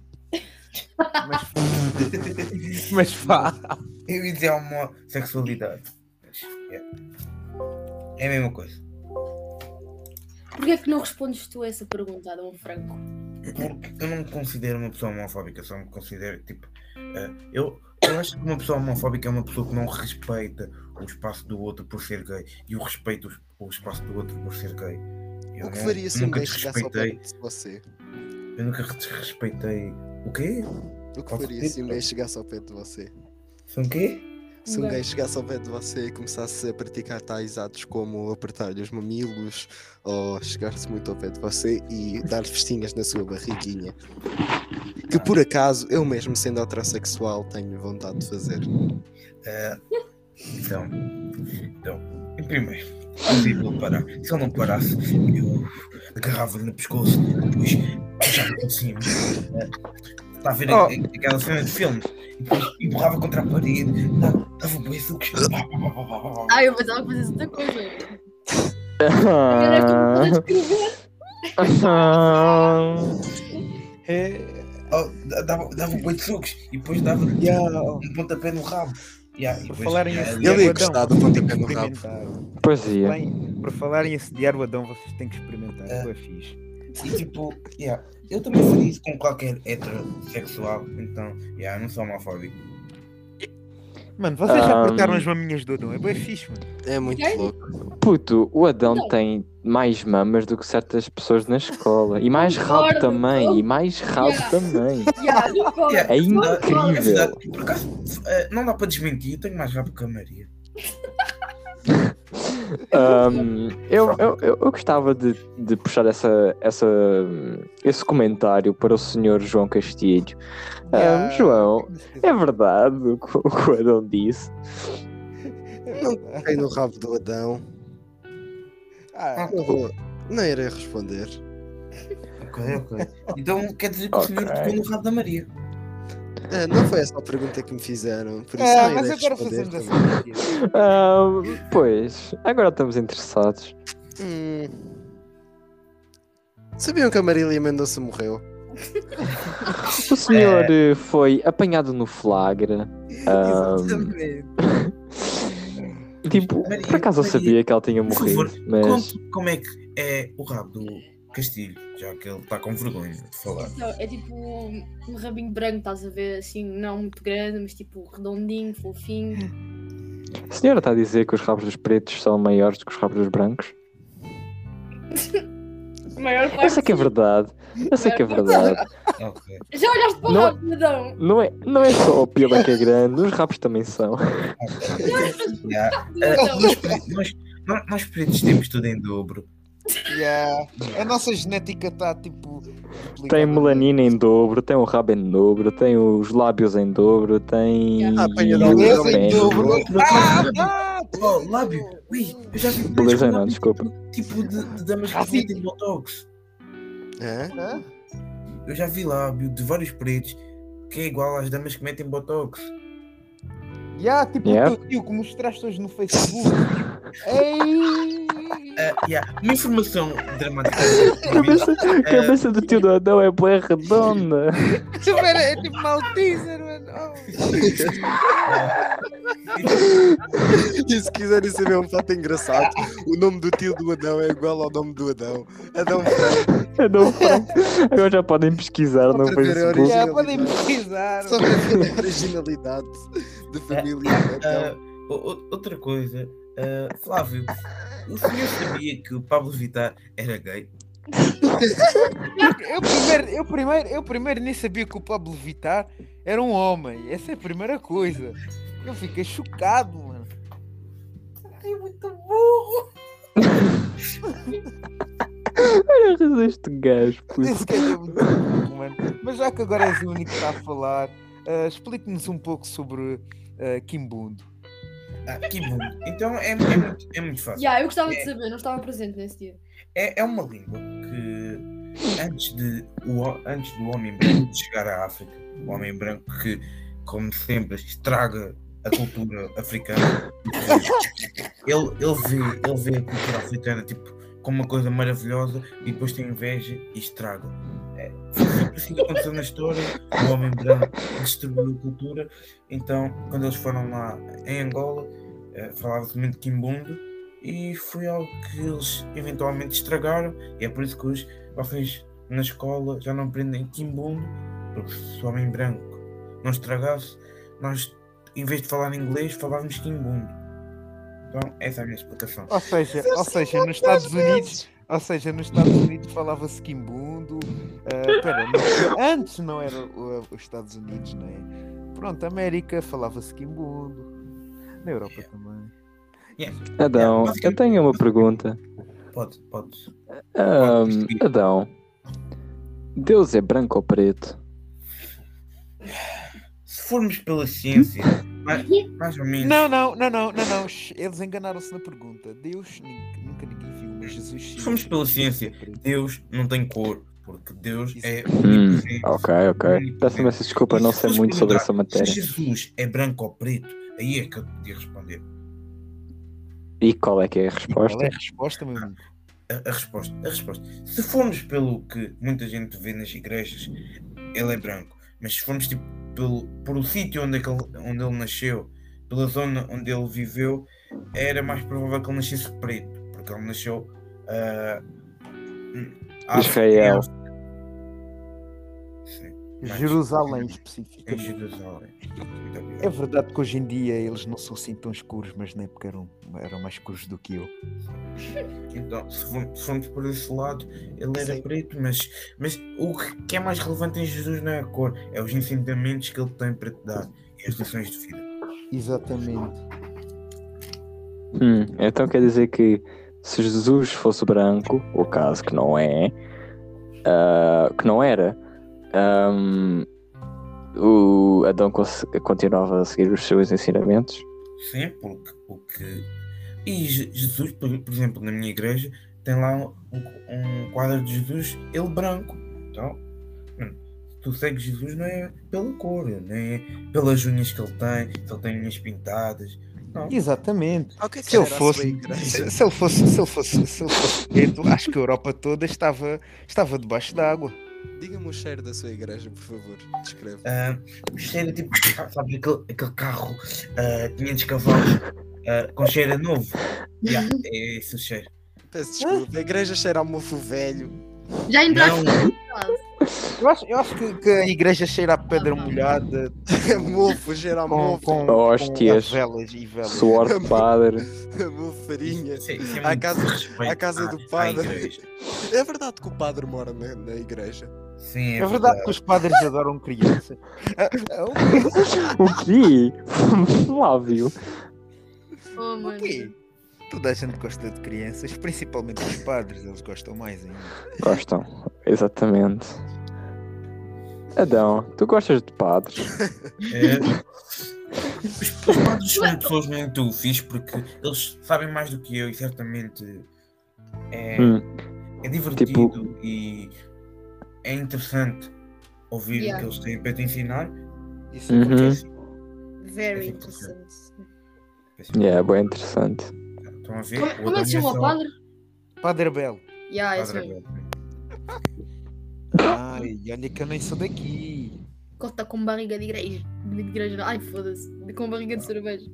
[SPEAKER 5] Mas, mas vá.
[SPEAKER 4] Eu ia dizer homossexualidade. Mas, yeah. É a mesma coisa.
[SPEAKER 3] porquê é que não respondes tu essa pergunta, Adão Franco?
[SPEAKER 4] Porque eu não me considero uma pessoa homofóbica, só me considero tipo. eh, eu, eu acho que uma pessoa homofóbica é uma pessoa que não respeita o espaço do outro por ser gay e eu respeito os- o, espaço do outro por ser gay. Eu
[SPEAKER 2] O que
[SPEAKER 4] não-
[SPEAKER 2] faria se um
[SPEAKER 4] É, nunca
[SPEAKER 2] gajo chegasse ao
[SPEAKER 4] desrespeitei.
[SPEAKER 2] pé de você?
[SPEAKER 4] Eu nunca desrespeitei. O quê?
[SPEAKER 2] O que
[SPEAKER 4] Posso
[SPEAKER 2] faria
[SPEAKER 4] dizer?
[SPEAKER 2] se um gajo chegasse ao pé de você?
[SPEAKER 4] São o quê?
[SPEAKER 2] Se um
[SPEAKER 3] Bem.
[SPEAKER 2] gajo chegasse ao pé de você e começasse a praticar tais atos como apertar-lhe os mamilos ou chegar-se muito ao pé de você e dar festinhas na sua barriguinha. Que por acaso, eu mesmo sendo heterossexual, tenho vontade de fazer.
[SPEAKER 4] Eh, então. Então. Em primeiro. Se ele parar, se ele não parasse, eu agarrava-lhe no pescoço, depois puxava por cima. Eh, Está a ver
[SPEAKER 5] Oh.
[SPEAKER 4] a- aquela cena de filmes? E depois empurrava contra a parede, dava- dava bem sucos. pá, pá, pá, pá, pá, pá.
[SPEAKER 3] Ah, eu pensava que fazias outra coisa.
[SPEAKER 1] Ah,
[SPEAKER 3] Agora tu escrever.
[SPEAKER 1] ah.
[SPEAKER 5] tipo É,
[SPEAKER 4] Oh, da- Dava dava bem de sucos e depois dava
[SPEAKER 5] yeah, oh.
[SPEAKER 4] um pontapé no rabo. Yeah, e
[SPEAKER 5] Por
[SPEAKER 4] depois-
[SPEAKER 5] falar em
[SPEAKER 4] eh,
[SPEAKER 5] assediar
[SPEAKER 2] Ele
[SPEAKER 5] o
[SPEAKER 2] ia
[SPEAKER 5] Adão,
[SPEAKER 2] gostar do
[SPEAKER 5] vocês têm
[SPEAKER 2] pontapé
[SPEAKER 5] que
[SPEAKER 2] no rabo.
[SPEAKER 5] experimentar.
[SPEAKER 1] Pois é. ia.
[SPEAKER 5] Bem, por falar em assediar o Adão, vocês têm que experimentar. É. fixe.
[SPEAKER 4] E tipo, yeah, eu também faria isso com qualquer heterossexual, então, yeah, não sou homofóbico.
[SPEAKER 5] Mano, vocês já
[SPEAKER 1] Ahm.
[SPEAKER 5] apertaram as maminhas do Adão. É bem fixe, mano.
[SPEAKER 2] É muito
[SPEAKER 3] Ok.
[SPEAKER 2] louco.
[SPEAKER 1] Puto, o Adão
[SPEAKER 3] Não.
[SPEAKER 1] tem mais mamas do que certas pessoas na escola. E mais rabo
[SPEAKER 3] Concordo.
[SPEAKER 1] também. E mais rabo
[SPEAKER 3] Yeah.
[SPEAKER 1] também.
[SPEAKER 3] Yeah, não pode.
[SPEAKER 4] Yeah.
[SPEAKER 1] É
[SPEAKER 4] Não, não, é
[SPEAKER 1] incrível.
[SPEAKER 4] verdade. Por acaso, eh, não dá para desmentir, eu tenho mais rabo que a Maria.
[SPEAKER 1] Ahm, eu, eu, eu, eu gostava de, de puxar essa, essa, esse comentário para o senhor João Castilho. Ahm,
[SPEAKER 5] Yeah.
[SPEAKER 1] João, é verdade o que o que o Adão disse.
[SPEAKER 5] Não.
[SPEAKER 2] Cai no rabo do Adão.
[SPEAKER 5] Ah,
[SPEAKER 2] Não vou- Não irei responder.
[SPEAKER 4] Ok, ok. Então quer dizer que o senhor
[SPEAKER 1] Ok.
[SPEAKER 4] tocou no rabo da Maria.
[SPEAKER 2] Ah, não foi essa a pergunta que me fizeram, por isso
[SPEAKER 5] ah,
[SPEAKER 2] não
[SPEAKER 5] mas
[SPEAKER 2] irei
[SPEAKER 5] agora
[SPEAKER 2] responder.
[SPEAKER 5] fazemos
[SPEAKER 2] também.
[SPEAKER 5] essa magia.
[SPEAKER 1] Ahm, pois, agora estamos interessados.
[SPEAKER 2] Hum. Sabiam que a Marília Mendonça morreu?
[SPEAKER 1] O senhor
[SPEAKER 4] É.
[SPEAKER 1] eh, foi apanhado no flagra. Ahm,
[SPEAKER 5] Exatamente.
[SPEAKER 1] tipo,
[SPEAKER 4] Maria,
[SPEAKER 1] por acaso eu
[SPEAKER 4] Maria,
[SPEAKER 1] sabia que ela tinha
[SPEAKER 4] por
[SPEAKER 1] morrido, mas.
[SPEAKER 4] Conte como é que é o rabo do Castilho, já que ele está com vergonha de falar.
[SPEAKER 3] Não, é tipo um rabinho branco, estás a ver? Assim, não muito grande, mas tipo redondinho, fofinho.
[SPEAKER 1] A senhora está a dizer que os rabos dos pretos são maiores do que os rabos dos brancos?
[SPEAKER 3] Maior
[SPEAKER 1] Eu sei que é verdade. Eu sei que é verdade.
[SPEAKER 4] Ok,
[SPEAKER 3] Já olhaste para o
[SPEAKER 1] Não-
[SPEAKER 3] rabo, Adão?
[SPEAKER 1] Não é, não é só o pila que é grande, os rabos também são.
[SPEAKER 4] ok. Yeah.
[SPEAKER 3] Do
[SPEAKER 4] Eh,
[SPEAKER 3] Adão.
[SPEAKER 4] nós, pre- nós, nós- nós pretos temos tudo em dobro.
[SPEAKER 5] Yeah. A nossa genética está tipo. duplicada.
[SPEAKER 1] Tem melanina em dobro, tem o rabo em dobro, tem os lábios em dobro, tem.
[SPEAKER 3] Yeah.
[SPEAKER 2] Ah, apanha
[SPEAKER 1] o
[SPEAKER 2] dobro.
[SPEAKER 5] Beleza em
[SPEAKER 1] pênis.
[SPEAKER 5] dobro. Ah, ah,
[SPEAKER 4] Oh, lábio! Ui, eu já vi pretos
[SPEAKER 1] Beleza
[SPEAKER 4] com
[SPEAKER 1] não,
[SPEAKER 4] lábio
[SPEAKER 1] desculpa.
[SPEAKER 4] Tipo de, de damas que
[SPEAKER 5] Racismo.
[SPEAKER 4] metem botox.
[SPEAKER 2] Hã?
[SPEAKER 5] ah.
[SPEAKER 4] Eu já vi lábio de vários pretos que é igual às damas que metem botox.
[SPEAKER 5] Yeah, tipo
[SPEAKER 1] Yeah.
[SPEAKER 5] o teu tio que mostraste hoje no Facebook. tipo, Ei!
[SPEAKER 4] Ah, yeah. Uma informação dramática.
[SPEAKER 1] Cabeça, cabeça do tio do Adão é bué redonda.
[SPEAKER 5] Isso, mano, é tipo Malteser, mano.
[SPEAKER 2] E se quiserem saber um fato engraçado, o nome do tio do Adão é igual ao nome do Adão. Adão Franco.
[SPEAKER 1] Eu não falo. Agora já podem pesquisar
[SPEAKER 2] Só
[SPEAKER 1] no
[SPEAKER 2] para ver a
[SPEAKER 1] Facebook.
[SPEAKER 2] origem.
[SPEAKER 5] Já podem pesquisar.
[SPEAKER 2] Só para ver a originalidade da família é? Então,
[SPEAKER 4] Ah,
[SPEAKER 2] Adão.
[SPEAKER 4] o- o- outra coisa, ah, Flávio, o senhor sabia que o Pablo Vittar era gay?
[SPEAKER 5] Eu primeiro, eu, primeiro, eu primeiro nem sabia que o Pablo Vittar era um homem. Essa é a primeira coisa. Eu fiquei chocado, mano.
[SPEAKER 1] Olha este gajo, puto.
[SPEAKER 5] Esse gajo é muito louco, mano. Mas já que agora és o único que está a falar, ah, explique-nos um pouco sobre ah, Kimbundo.
[SPEAKER 4] Ah, que bom. Então é, é muito, é muito fácil.
[SPEAKER 3] Yeah, eu gostava de saber, não estava presente nesse dia.
[SPEAKER 4] É, é uma língua que antes, de, o, ho- antes do homem branco chegar à África, o homem branco que, como sempre, estraga a cultura africana, ele, ele, vê, ele vê a cultura africana tipo, como uma coisa maravilhosa e depois tem inveja e estraga. É, foi sempre assim que aconteceu na história, o homem branco destruiu a cultura, então quando eles foram lá em Angola, eh, falava-se muito de Kimbundo e foi algo que eles eventualmente estragaram e é por isso que hoje vocês na escola já não aprendem Kimbundo porque se o homem branco não estragasse nós em vez de falar inglês falávamos Kimbundo então essa é a minha explicação
[SPEAKER 5] Ou seja, ou seja, nos Estados Unidos, ou seja, nos Estados Unidos falava-se Kimbundo. ah, pera, não- antes não era o- eh, os Estados Unidos, não é? Pronto, América falava-se Kimbundo. Na Europa também.
[SPEAKER 1] Adão, eu tenho uma pergunta.
[SPEAKER 4] pode, pode
[SPEAKER 1] Ahm, Adão, Deus é branco ou preto?
[SPEAKER 4] se formos pela ciência mais, mais ou menos
[SPEAKER 5] Não, não, não, não, não, não. shh, Eles enganaram-se na pergunta. Deus nin- nunca ninguém viu, mas Jesus sim.
[SPEAKER 4] se formos pela ciência
[SPEAKER 5] Deus
[SPEAKER 4] Deus não tem cor porque Deus é
[SPEAKER 1] Hum,
[SPEAKER 4] onipotente.
[SPEAKER 1] ok, ok. Peço-me essa desculpa, não sei muito sobre essa
[SPEAKER 4] se
[SPEAKER 1] matéria.
[SPEAKER 4] Jesus é branco ou preto aí é que eu te podia responder
[SPEAKER 1] E qual é que é a
[SPEAKER 5] E qual é
[SPEAKER 1] resposta?
[SPEAKER 5] a resposta, meu amigo?
[SPEAKER 4] A, a resposta, a resposta. Se formos pelo que muita gente vê nas igrejas, ele é branco. Mas se formos tipo, pelo, por o sítio onde, aquele- onde ele nasceu, pela zona onde ele viveu, era mais provável que ele nascesse preto, porque ele nasceu. ah, hum,
[SPEAKER 5] Ah,
[SPEAKER 1] Israel.
[SPEAKER 5] é
[SPEAKER 4] Sim, mais-
[SPEAKER 5] Jerusalém,
[SPEAKER 4] Em
[SPEAKER 5] especificamente.
[SPEAKER 4] Jerusalém. Muito obrigado.
[SPEAKER 5] É verdade que hoje em dia eles não são assim tão escuros, mas na época eram, eram mais escuros do que eu.
[SPEAKER 4] Então, se for- se formos por esse lado, ele era
[SPEAKER 2] Sim.
[SPEAKER 4] preto, mas, mas o que- que é mais relevante em Jesus não é a cor, é os ensinamentos que ele tem para te dar e as lições de vida.
[SPEAKER 5] Exatamente.
[SPEAKER 1] Hum, então quer dizer que se Jesus fosse branco, o caso que não é, ah, que não era, ahm, o Adão cons- continuava a seguir os seus ensinamentos?
[SPEAKER 4] Sim, porque o que. E Je- Jesus, por, por exemplo, na minha igreja, tem lá um, um quadro de Jesus, ele branco. Então, hum, se tu segues Jesus não é pela cor, nem é pelas unhas que ele tem, se ele tem unhas pintadas. Não.
[SPEAKER 5] Exatamente.
[SPEAKER 2] Ah, o que é que
[SPEAKER 5] Se eu
[SPEAKER 2] era a
[SPEAKER 5] fosse-
[SPEAKER 2] sua igreja?
[SPEAKER 5] Se ele fosse, se ele fosse, se ele fosse preto, acho que a Europa toda estava, estava debaixo d'água.
[SPEAKER 2] Diga-me o cheiro da sua igreja, por favor. Descreve.
[SPEAKER 4] Ah, cheira tipo, sabes, aquele, aquele carro ah, 500 cavalos ah, com cheiro a novo. Yeah, é esse o cheiro.
[SPEAKER 2] Peço desculpa. A igreja cheira a mofo velho.
[SPEAKER 3] Já entraste
[SPEAKER 4] Não,
[SPEAKER 5] Eu acho, eu acho que, que a igreja cheira a pedra
[SPEAKER 2] Ah.
[SPEAKER 5] molhada
[SPEAKER 2] mofo, cheira a
[SPEAKER 5] com,
[SPEAKER 2] mofo.
[SPEAKER 5] com,
[SPEAKER 1] Hóstias.
[SPEAKER 5] com a velas e velas.
[SPEAKER 1] Suor de padre.
[SPEAKER 2] A mofo farinha.
[SPEAKER 4] isso é- isso é
[SPEAKER 2] À
[SPEAKER 4] muito
[SPEAKER 2] casa-
[SPEAKER 4] desrespeito
[SPEAKER 2] à casa do
[SPEAKER 4] à- à
[SPEAKER 2] padre.
[SPEAKER 4] igreja.
[SPEAKER 2] É verdade que o padre mora na, na igreja.
[SPEAKER 4] Sim, é,
[SPEAKER 5] É verdade que os padres adoram crianças. Ah, ah,
[SPEAKER 1] O quê? Flávio.
[SPEAKER 3] Oh,
[SPEAKER 5] o- o
[SPEAKER 3] mano.
[SPEAKER 5] quê? Toda a gente gosta de crianças, principalmente os padres, eles gostam mais ainda.
[SPEAKER 1] Gostam, exatamente. Adão, tu gostas de padres?
[SPEAKER 4] É. Os, os padres são pessoas muito fixe porque eles sabem mais do que eu e certamente é,
[SPEAKER 1] Hum, Tipo-
[SPEAKER 4] é divertido e é interessante ouvir o
[SPEAKER 3] Yeah.
[SPEAKER 4] que eles têm para te ensinar. assim,
[SPEAKER 5] Isso
[SPEAKER 1] Uhum.
[SPEAKER 5] acontece.
[SPEAKER 3] Very
[SPEAKER 4] É
[SPEAKER 3] interessante.
[SPEAKER 1] yeah, bem interessante.
[SPEAKER 4] assim, Estão a ver?
[SPEAKER 3] Como, como é que se chama o é
[SPEAKER 4] Daniel
[SPEAKER 3] padre?
[SPEAKER 5] Padre Belo.
[SPEAKER 3] Yeah,
[SPEAKER 4] Sal-
[SPEAKER 3] esse
[SPEAKER 4] Padre
[SPEAKER 3] mesmo.
[SPEAKER 4] Abel.
[SPEAKER 5] Ai, olha que eu nem sou daqui.
[SPEAKER 3] Cota com barriga de igreja. De igreja, não. ai foda-se. De- Com barriga de cerveja.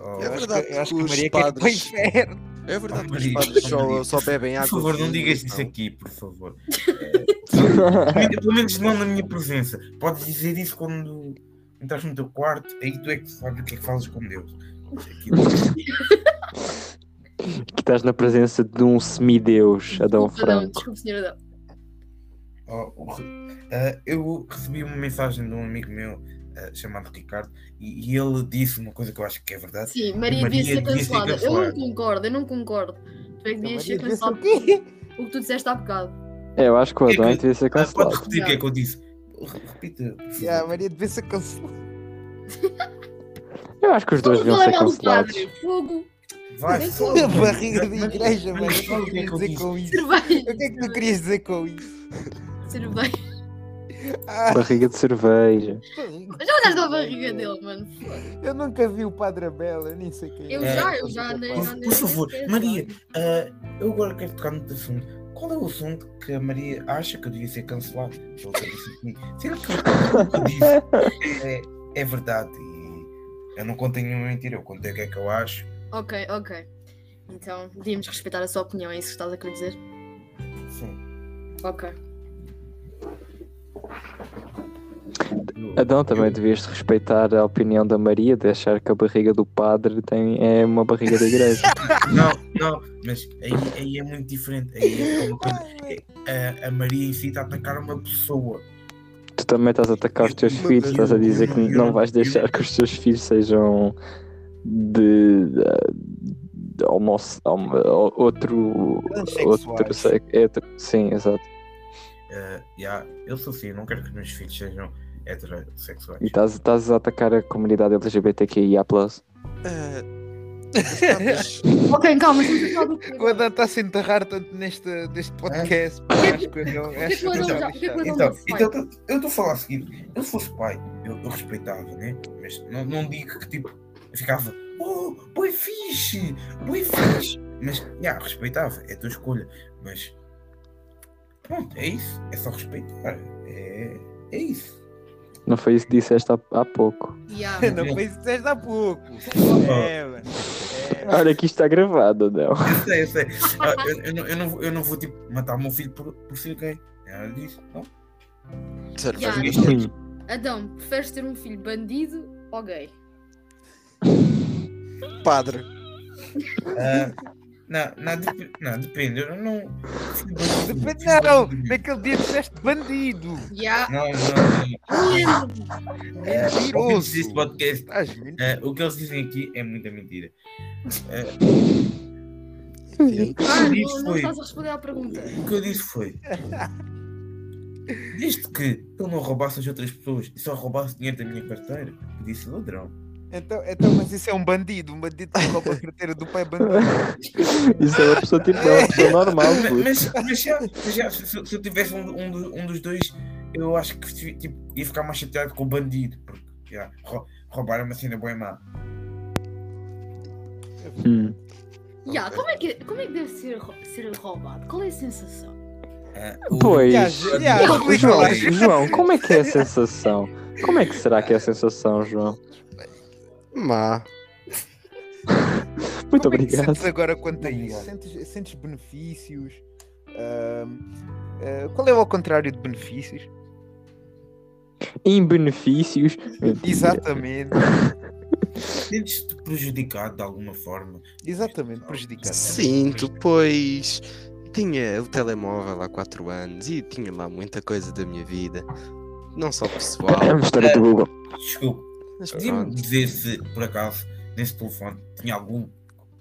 [SPEAKER 4] Oh,
[SPEAKER 2] É
[SPEAKER 5] Eu acho que-
[SPEAKER 2] verdade
[SPEAKER 5] eu acho que
[SPEAKER 2] que os
[SPEAKER 5] Maria quer ir para o
[SPEAKER 2] padres-
[SPEAKER 5] inferno.
[SPEAKER 2] É verdade que os
[SPEAKER 4] Maria,
[SPEAKER 2] padres
[SPEAKER 4] oh,
[SPEAKER 2] só,
[SPEAKER 4] Maria.
[SPEAKER 2] só bebem
[SPEAKER 4] por
[SPEAKER 2] água.
[SPEAKER 4] favor, não
[SPEAKER 2] fria,
[SPEAKER 4] digas isso
[SPEAKER 2] não.
[SPEAKER 4] aqui, por favor. Eh, Pelo menos não na minha presença. Podes dizer isso quando entras no teu quarto, aí tu é que sabes o que é que fazes com Deus. Aqui,
[SPEAKER 1] Que estás na presença de um semideus, Adão
[SPEAKER 3] Desculpa, Adão,
[SPEAKER 1] Franco.
[SPEAKER 3] Desculpe, senhor Adão.
[SPEAKER 4] Oh, o Ri- Ah, eu recebi uma mensagem de um amigo meu ah, chamado Ricardo e, e ele disse uma coisa que eu acho que é verdade.
[SPEAKER 3] Sim, Maria,
[SPEAKER 4] Maria
[SPEAKER 3] devia ser
[SPEAKER 4] devia ser
[SPEAKER 3] cancelada. Eu não
[SPEAKER 4] cancelada.
[SPEAKER 3] concordo, eu não concordo. Tu é que
[SPEAKER 5] Então,
[SPEAKER 3] devias
[SPEAKER 5] Maria
[SPEAKER 3] ser
[SPEAKER 5] devia ser
[SPEAKER 3] cancelado.
[SPEAKER 5] o quê?
[SPEAKER 3] O que tu disseste há bocado.
[SPEAKER 1] É, eu acho que o
[SPEAKER 4] É
[SPEAKER 1] Adão é
[SPEAKER 4] que-
[SPEAKER 1] que devia ser
[SPEAKER 4] Ah, podes
[SPEAKER 1] cancelado.
[SPEAKER 4] repetir o que é que eu disse? Re- Repita. por favor.
[SPEAKER 5] Yeah, a Maria devia ser cancelada.
[SPEAKER 1] Eu acho que os dois
[SPEAKER 3] Fogo,
[SPEAKER 1] deviam
[SPEAKER 3] vai
[SPEAKER 1] ser
[SPEAKER 3] mal do
[SPEAKER 1] cancelados.
[SPEAKER 3] padre. Fogo,
[SPEAKER 4] Vai,
[SPEAKER 3] Eu
[SPEAKER 4] fala,
[SPEAKER 5] A
[SPEAKER 4] Maria.
[SPEAKER 5] barriga de
[SPEAKER 4] Maria,
[SPEAKER 5] igreja,
[SPEAKER 4] Maria,
[SPEAKER 5] mano. O que
[SPEAKER 4] fala
[SPEAKER 5] é que
[SPEAKER 4] é que eu disse.
[SPEAKER 5] querias dizer com
[SPEAKER 3] cerveja.
[SPEAKER 5] isso? O que é que tu querias dizer com isso?
[SPEAKER 3] Cerveja.
[SPEAKER 5] Ah,
[SPEAKER 1] Barriga de cerveja.
[SPEAKER 3] Já olhaste a barriga dele, mano.
[SPEAKER 5] eu nunca vi o Padre Abel, eu nem sei quem
[SPEAKER 3] Eu
[SPEAKER 5] é.
[SPEAKER 3] já, eu já andei. já
[SPEAKER 4] Por-
[SPEAKER 3] andei
[SPEAKER 4] por favor,
[SPEAKER 3] nesse-
[SPEAKER 4] Maria, ah, eu agora quero tocar no assunto. Qual é o assunto que a Maria acha que eu devia ser cancelado? Pelo que eu disse aqui? Será que o que eu disse é, é verdade? E eu não contei nenhuma mentira, eu contei o que é que eu acho.
[SPEAKER 3] Ok, ok. Então, devíamos respeitar a sua opinião, é isso que estás a querer dizer?
[SPEAKER 4] Sim.
[SPEAKER 3] Ok.
[SPEAKER 4] Eu-
[SPEAKER 1] Adão, também devias respeitar a opinião da Maria de achar que a barriga do padre tem... é uma barriga de igreja.
[SPEAKER 4] Não, não, mas aí, aí é muito diferente. Aí é uma coisa. A, a Maria em si está a atacar uma pessoa.
[SPEAKER 1] tu também estás a atacar os teus
[SPEAKER 2] Eu-
[SPEAKER 1] filhos, estás a dizer que
[SPEAKER 4] eu- eu-
[SPEAKER 1] não vais deixar que os teus filhos sejam de. de homo- hom- outro. outro
[SPEAKER 5] Transexuais.
[SPEAKER 1] sexo. hetero- Sim, exato.
[SPEAKER 4] Ah, já, eu sou assim, eu não quero que os meus filhos sejam heterossexuais.
[SPEAKER 1] E estás, estás a atacar a comunidade LGBTQIA.
[SPEAKER 2] Ah, os padres-
[SPEAKER 3] Ok, calma, mas vamos falar do que
[SPEAKER 5] O Adão está-se a enterrar tanto neste, neste podcast. pá, Acho que o Adão-
[SPEAKER 3] que
[SPEAKER 5] acho que o
[SPEAKER 3] o
[SPEAKER 5] Adão
[SPEAKER 3] Adão
[SPEAKER 5] está
[SPEAKER 3] já- o que é que o
[SPEAKER 5] lixado.
[SPEAKER 3] Adão-
[SPEAKER 4] Então,
[SPEAKER 3] Pai.
[SPEAKER 4] então eu tô- eu estou a falar o seguinte: eu se fosse pai, eu, eu respeitava, né? Mas não, não digo que tipo, eu ficava, oh, boi fixe, boi fixe. Mas, já, respeitava, é a tua escolha. Mas, pronto, é isso, é só respeitar, é, é isso.
[SPEAKER 1] Não foi isso que disseste há, há pouco.
[SPEAKER 3] Yeah.
[SPEAKER 5] Não foi isso que disseste há pouco.
[SPEAKER 1] Oh.
[SPEAKER 5] É, mano. É.
[SPEAKER 1] Olha, aqui está gravado, não.
[SPEAKER 4] Eu sei, eu sei. Ah, eu, eu não, eu, não, vou- eu não vou tipo, matar o meu filho por, por ser gay. É nada disso, não?
[SPEAKER 2] Cerveja.
[SPEAKER 3] Yeah.
[SPEAKER 1] Sim.
[SPEAKER 3] Adão, preferes ter um filho bandido ou gay?
[SPEAKER 2] Padre.
[SPEAKER 4] Ah, não, não, dep- não, depende, eu não.
[SPEAKER 5] Depende, não. Naquele dia disseste bandido.
[SPEAKER 3] Yeah.
[SPEAKER 4] Não, não, não. É, ouvintes
[SPEAKER 5] Mentiroso.
[SPEAKER 4] deste podcast,
[SPEAKER 5] Estás mentiroso.
[SPEAKER 4] é, o que eles dizem aqui é muita mentira. É, o, que
[SPEAKER 3] Ah,
[SPEAKER 4] eu
[SPEAKER 3] não,
[SPEAKER 4] disse
[SPEAKER 3] não
[SPEAKER 4] foi,
[SPEAKER 3] estás a responder à pergunta.
[SPEAKER 4] o que eu disse foi. Desde que eu não roubasse as outras pessoas e só roubasse dinheiro da minha carteira, eu disse ladrão.
[SPEAKER 5] Então, então, mas isso é um bandido. Um bandido que rouba a carteira do pai é bandido.
[SPEAKER 1] Isso é uma pessoa tipo, é uma pessoa
[SPEAKER 2] Ah,
[SPEAKER 1] normal,
[SPEAKER 4] Ma-
[SPEAKER 1] puto.
[SPEAKER 4] mas, mas já, mas já, se, se- se eu tivesse um, um do- um dos dois, eu acho que esti- tipo, ia ficar mais chateado com o bandido, porque já, rou- roubar é uma cena boa e má.
[SPEAKER 1] Hum.
[SPEAKER 3] Yeah, como, é que, como é que deve ser, rou- ser roubado? Qual é a sensação?
[SPEAKER 4] Ah,
[SPEAKER 1] Pois.
[SPEAKER 5] Já, já, explica
[SPEAKER 1] João,
[SPEAKER 5] lá.
[SPEAKER 1] João, como é que é a sensação? Como é que será que é a sensação, João?
[SPEAKER 2] Má.
[SPEAKER 1] Muito
[SPEAKER 5] Como é que
[SPEAKER 1] obrigado.
[SPEAKER 5] sentes agora quanto a isso?
[SPEAKER 4] Obrigado.
[SPEAKER 5] Sentes, sentes benefícios? Ahm, ah, qual é o ao contrário de benefícios?
[SPEAKER 1] Em benefícios. Mentira.
[SPEAKER 5] Exatamente.
[SPEAKER 4] Sentes-te prejudicado de alguma forma?
[SPEAKER 5] Exatamente, prejudicado.
[SPEAKER 2] Sinto, pois. Tinha o telemóvel há 4 anos e tinha lá muita coisa da minha vida. Não só
[SPEAKER 1] É
[SPEAKER 2] pessoal,
[SPEAKER 1] uma história do Google.
[SPEAKER 4] Desculpa.
[SPEAKER 2] mas
[SPEAKER 4] Podia-me
[SPEAKER 2] pronto.
[SPEAKER 4] dizer se, por acaso, nesse telefone tinha algum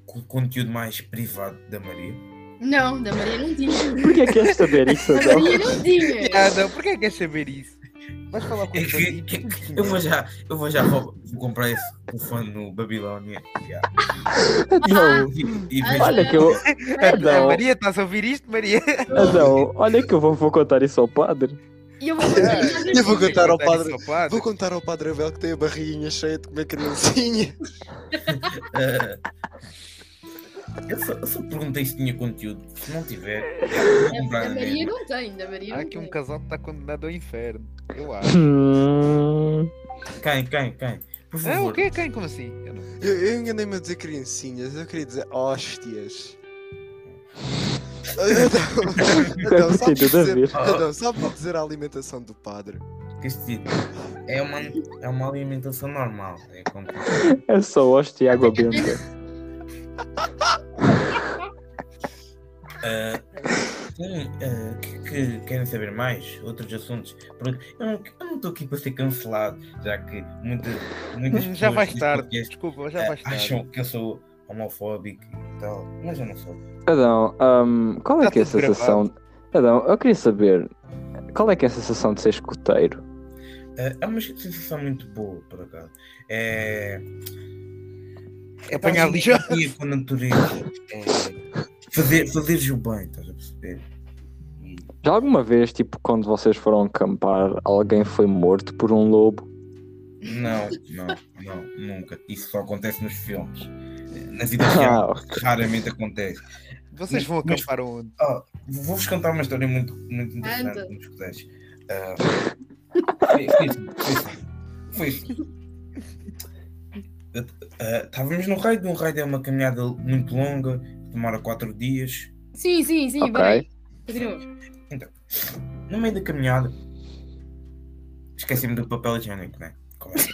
[SPEAKER 4] co- conteúdo mais privado da Maria?
[SPEAKER 3] Não, da Maria não tinha.
[SPEAKER 1] Porquê é que queres saber isso,
[SPEAKER 3] Da
[SPEAKER 1] Adão?
[SPEAKER 3] Maria não tinha.
[SPEAKER 5] Ah, não, porquê é que queres saber isso? Vais falar com
[SPEAKER 4] É
[SPEAKER 5] o
[SPEAKER 4] que-
[SPEAKER 5] bandido?
[SPEAKER 4] Eu vou já, eu vou já vou, vou comprar esse telefone no Babilónia. já.
[SPEAKER 1] Adão,
[SPEAKER 4] E, e
[SPEAKER 3] Ah,
[SPEAKER 4] vejo-
[SPEAKER 1] olha que eu.
[SPEAKER 5] Ah,
[SPEAKER 1] Adão,
[SPEAKER 5] Maria, estás a ouvir isto, Maria?
[SPEAKER 1] Adão, olha que eu vou, vou contar isso ao padre.
[SPEAKER 3] E eu vou contar.
[SPEAKER 2] Eu vou contar ao padre.
[SPEAKER 5] Isso ao padre.
[SPEAKER 2] Vou contar ao Padre Abel que tem a barriguinha cheia de comer criancinha.
[SPEAKER 4] Ah, Eu só, eu só perguntei se tinha conteúdo. Se não tiver,
[SPEAKER 3] A,
[SPEAKER 4] vou comprar
[SPEAKER 3] a
[SPEAKER 4] na
[SPEAKER 3] É, Maria
[SPEAKER 4] mesma.
[SPEAKER 3] não tem, a Maria
[SPEAKER 5] Há
[SPEAKER 3] não
[SPEAKER 5] aqui um
[SPEAKER 3] tem.
[SPEAKER 5] casal que está condenado ao inferno. Eu acho.
[SPEAKER 1] Hum.
[SPEAKER 4] Quem, quem, quem? Por
[SPEAKER 5] Ah,
[SPEAKER 4] favor.
[SPEAKER 5] o quê? Quem? Como assim? Eu não-
[SPEAKER 2] Eu, eu enganei-me a dizer criancinhas, eu queria dizer hóstias. Adão, Adão, então, só, por
[SPEAKER 1] é Tem tudo a
[SPEAKER 2] dizer,
[SPEAKER 1] ver.
[SPEAKER 2] Adão, só por dizer a alimentação do padre.
[SPEAKER 4] Oh, Que este tipo é uma, é uma alimentação normal. É como-
[SPEAKER 1] É só hoste e água benta.
[SPEAKER 4] Ah, sim, ah, que, que querem saber mais? Outros assuntos? Pronto, eu não- eu não estou aqui para ser cancelado, já que muita, muitas pessoas
[SPEAKER 5] Hum, Já vais
[SPEAKER 4] deste
[SPEAKER 5] tarde.
[SPEAKER 4] podcast,
[SPEAKER 5] Desculpa,
[SPEAKER 4] ah,
[SPEAKER 5] já vais tarde.
[SPEAKER 4] acham que eu sou homofóbico e tal, mas eu não sou.
[SPEAKER 1] Adão, hum, qual é
[SPEAKER 5] Tá
[SPEAKER 1] que é a
[SPEAKER 5] tudo
[SPEAKER 1] sensação? Adão, eu queria saber. Qual é que é a sensação de ser escoteiro?
[SPEAKER 4] Ah, é uma sensação muito boa, por acaso. É.
[SPEAKER 5] É
[SPEAKER 4] estar
[SPEAKER 5] apanhar
[SPEAKER 4] em
[SPEAKER 5] lixo.
[SPEAKER 4] sintonia com a natureza. É, fazer, fazeres o bem, estás a perceber? E-
[SPEAKER 1] Já alguma vez, tipo, quando vocês foram acampar, alguém foi morto por um lobo?
[SPEAKER 4] Não, não, não, nunca. Isso só acontece nos filmes. Eh, Na vida real,
[SPEAKER 1] Ah,
[SPEAKER 4] raramente acontece.
[SPEAKER 5] Vocês vão
[SPEAKER 4] Mas-
[SPEAKER 5] acampar onde?
[SPEAKER 4] Vou-vos contar uma história muito, muito interessante
[SPEAKER 3] Anda.
[SPEAKER 4] nos colégios. Ah, foi- foi isso, foi isso. Ah, Estávamos no raid, um raid é uma caminhada muito longa, que demora 4 dias.
[SPEAKER 3] Sim, sim, sim,
[SPEAKER 1] Ok.
[SPEAKER 3] peraí. Continua.
[SPEAKER 4] No meio da caminhada, esqueci-me do papel higiênico, né? Como é?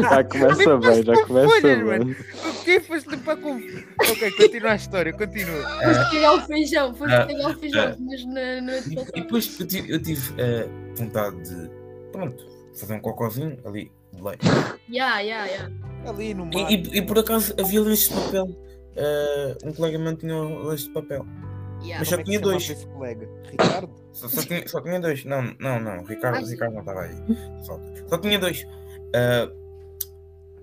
[SPEAKER 1] já começa bem, já começa
[SPEAKER 5] Folhas, mano.
[SPEAKER 1] bem.
[SPEAKER 5] O quê? Foste limpar com. Ok, continua a história, continua.
[SPEAKER 3] Foste pegar o feijão, foste
[SPEAKER 4] Ah,
[SPEAKER 3] pegar o
[SPEAKER 4] ah.
[SPEAKER 3] feijão, mas na noite
[SPEAKER 4] E, e
[SPEAKER 3] passada.
[SPEAKER 4] depois eu tive, eu tive, eh, vontade de, pronto, fazer um cocôzinho ali de leite.
[SPEAKER 3] Ya, ya, ya.
[SPEAKER 5] Ali no mar.
[SPEAKER 4] E, e- e por acaso havia lanches de papel. Eh, um colega meu tinha um lanche de papel.
[SPEAKER 3] ya.
[SPEAKER 4] Mas já
[SPEAKER 5] Como é que
[SPEAKER 4] tinha
[SPEAKER 5] se chamava
[SPEAKER 4] dois.
[SPEAKER 5] Esse colega? Ricardo?
[SPEAKER 4] Só, só tinha, só tinha dois. Não, não, não. o Ricardo,
[SPEAKER 3] Ai.
[SPEAKER 4] o Ricardo não estava aí. Só, só tinha dois. Eh,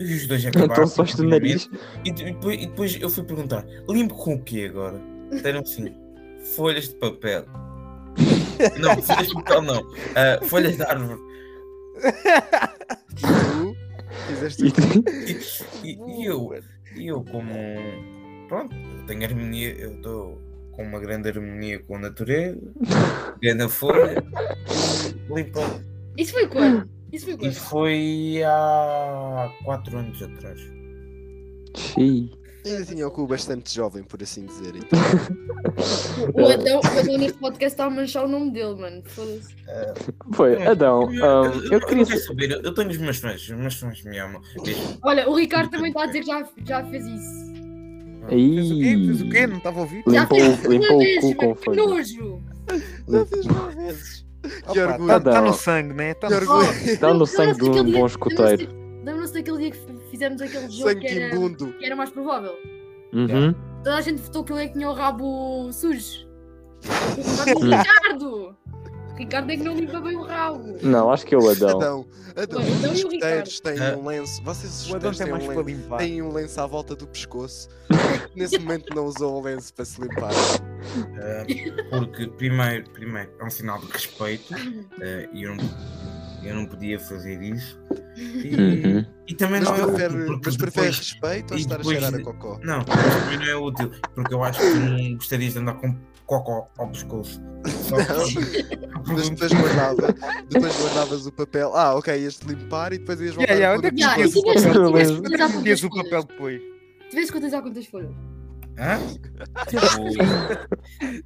[SPEAKER 4] e os dois acabaram.
[SPEAKER 1] Então só este nariz.
[SPEAKER 4] E, de- e depois, e depois eu fui perguntar: limpo com o quê agora? Deram assim: folhas de papel. Não, folhas de papel não. Eh, folhas de árvore.
[SPEAKER 2] Tu fizeste
[SPEAKER 1] E
[SPEAKER 2] o quê?
[SPEAKER 1] tu-
[SPEAKER 4] E, e eu, e eu como pronto, eu tenho harmonia, eu estou com uma grande harmonia com a natureza, grande folha, limpa.
[SPEAKER 3] Isso foi quando?
[SPEAKER 1] Hum.
[SPEAKER 3] Isso foi
[SPEAKER 4] E
[SPEAKER 3] quando?
[SPEAKER 4] foi há 4 anos atrás.
[SPEAKER 1] Xiii.
[SPEAKER 2] Ainda tinha o cu bastante jovem, por assim dizer. Então.
[SPEAKER 3] O Adão, o Adão neste podcast está a manchar o nome dele, mano. Foda-se.
[SPEAKER 1] Foi,
[SPEAKER 5] É.
[SPEAKER 1] Adão, hum, eu queria
[SPEAKER 4] quero
[SPEAKER 1] saber.
[SPEAKER 4] saber, eu- eu tenho os meus fãs, os meus fãs me amam. Mesmo.
[SPEAKER 3] Olha, o Ricardo também está a dizer que já, já fez isso.
[SPEAKER 5] Fiz o quê?
[SPEAKER 2] Hum.
[SPEAKER 5] Fiz o quê? Não estava a ouvir?
[SPEAKER 3] Já
[SPEAKER 1] Limpou,
[SPEAKER 3] fez isso
[SPEAKER 1] limpou
[SPEAKER 3] uma
[SPEAKER 1] o cu
[SPEAKER 3] vez,
[SPEAKER 1] com
[SPEAKER 3] é mano. Que
[SPEAKER 1] folha.
[SPEAKER 3] nojo.
[SPEAKER 2] Já fiz mil vezes. Que
[SPEAKER 5] Opa,
[SPEAKER 2] orgulho.
[SPEAKER 5] tá- tá
[SPEAKER 1] Adão.
[SPEAKER 5] no sangue, né? Tá
[SPEAKER 2] Que
[SPEAKER 5] no
[SPEAKER 2] orgulho.
[SPEAKER 1] Dá no sangue de um bom escoteiro.
[SPEAKER 3] Lembram-se daquele dia que fizemos aquele jogo
[SPEAKER 2] Sangue
[SPEAKER 3] que era,
[SPEAKER 2] imundo.
[SPEAKER 3] que era mais provável?
[SPEAKER 1] Uhum.
[SPEAKER 3] Toda a gente votou que ele é que tinha o rabo sujo. Mas o Ricardo! O Ricardo é que não limpa bem o rabo.
[SPEAKER 1] Não, acho que é o Adão.
[SPEAKER 2] Adão, Adão,
[SPEAKER 3] Ué, então e o
[SPEAKER 2] os escoteiros têm
[SPEAKER 4] Ah.
[SPEAKER 2] um lenço. Vocês os
[SPEAKER 5] O Adão
[SPEAKER 2] escoteiros
[SPEAKER 5] tem
[SPEAKER 2] têm
[SPEAKER 5] mais
[SPEAKER 2] um
[SPEAKER 5] para
[SPEAKER 2] lenço.
[SPEAKER 5] limpar.
[SPEAKER 2] Têm um lenço à volta do pescoço. Por que Nesse momento não usou o lenço para se limpar.
[SPEAKER 4] Ah, porque primeiro, primeiro é um sinal de respeito ah, e eu não, eu não podia fazer isso. E,
[SPEAKER 1] Uhum.
[SPEAKER 4] e também
[SPEAKER 2] Mas
[SPEAKER 4] não é
[SPEAKER 2] prefere,
[SPEAKER 4] útil, porque
[SPEAKER 2] mas prefere
[SPEAKER 4] depois-
[SPEAKER 2] respeito ou
[SPEAKER 4] e
[SPEAKER 2] estar a
[SPEAKER 4] depois
[SPEAKER 2] cheirar
[SPEAKER 4] de-
[SPEAKER 2] a cocó?
[SPEAKER 4] Não, também não é útil, porque eu acho que tu não gostarias de andar com cocó ao pescoço. Só
[SPEAKER 2] Mas
[SPEAKER 4] que-
[SPEAKER 2] depois guardava, depois guardavas o papel. Ah, ok, ias-te limpar e depois ias voltar a
[SPEAKER 5] Yeah, yeah,
[SPEAKER 2] pôr
[SPEAKER 5] onde é
[SPEAKER 2] o
[SPEAKER 5] que
[SPEAKER 3] Já,
[SPEAKER 5] metias
[SPEAKER 3] e
[SPEAKER 5] o
[SPEAKER 3] tiveste-
[SPEAKER 1] tiveste
[SPEAKER 5] papel? Onde é
[SPEAKER 3] utilizar
[SPEAKER 5] que metias o
[SPEAKER 3] outras
[SPEAKER 5] papel depois?
[SPEAKER 3] Tiveste que utilizar quantas folhas?
[SPEAKER 4] Hã? Tipo,
[SPEAKER 3] Tiveste
[SPEAKER 4] umas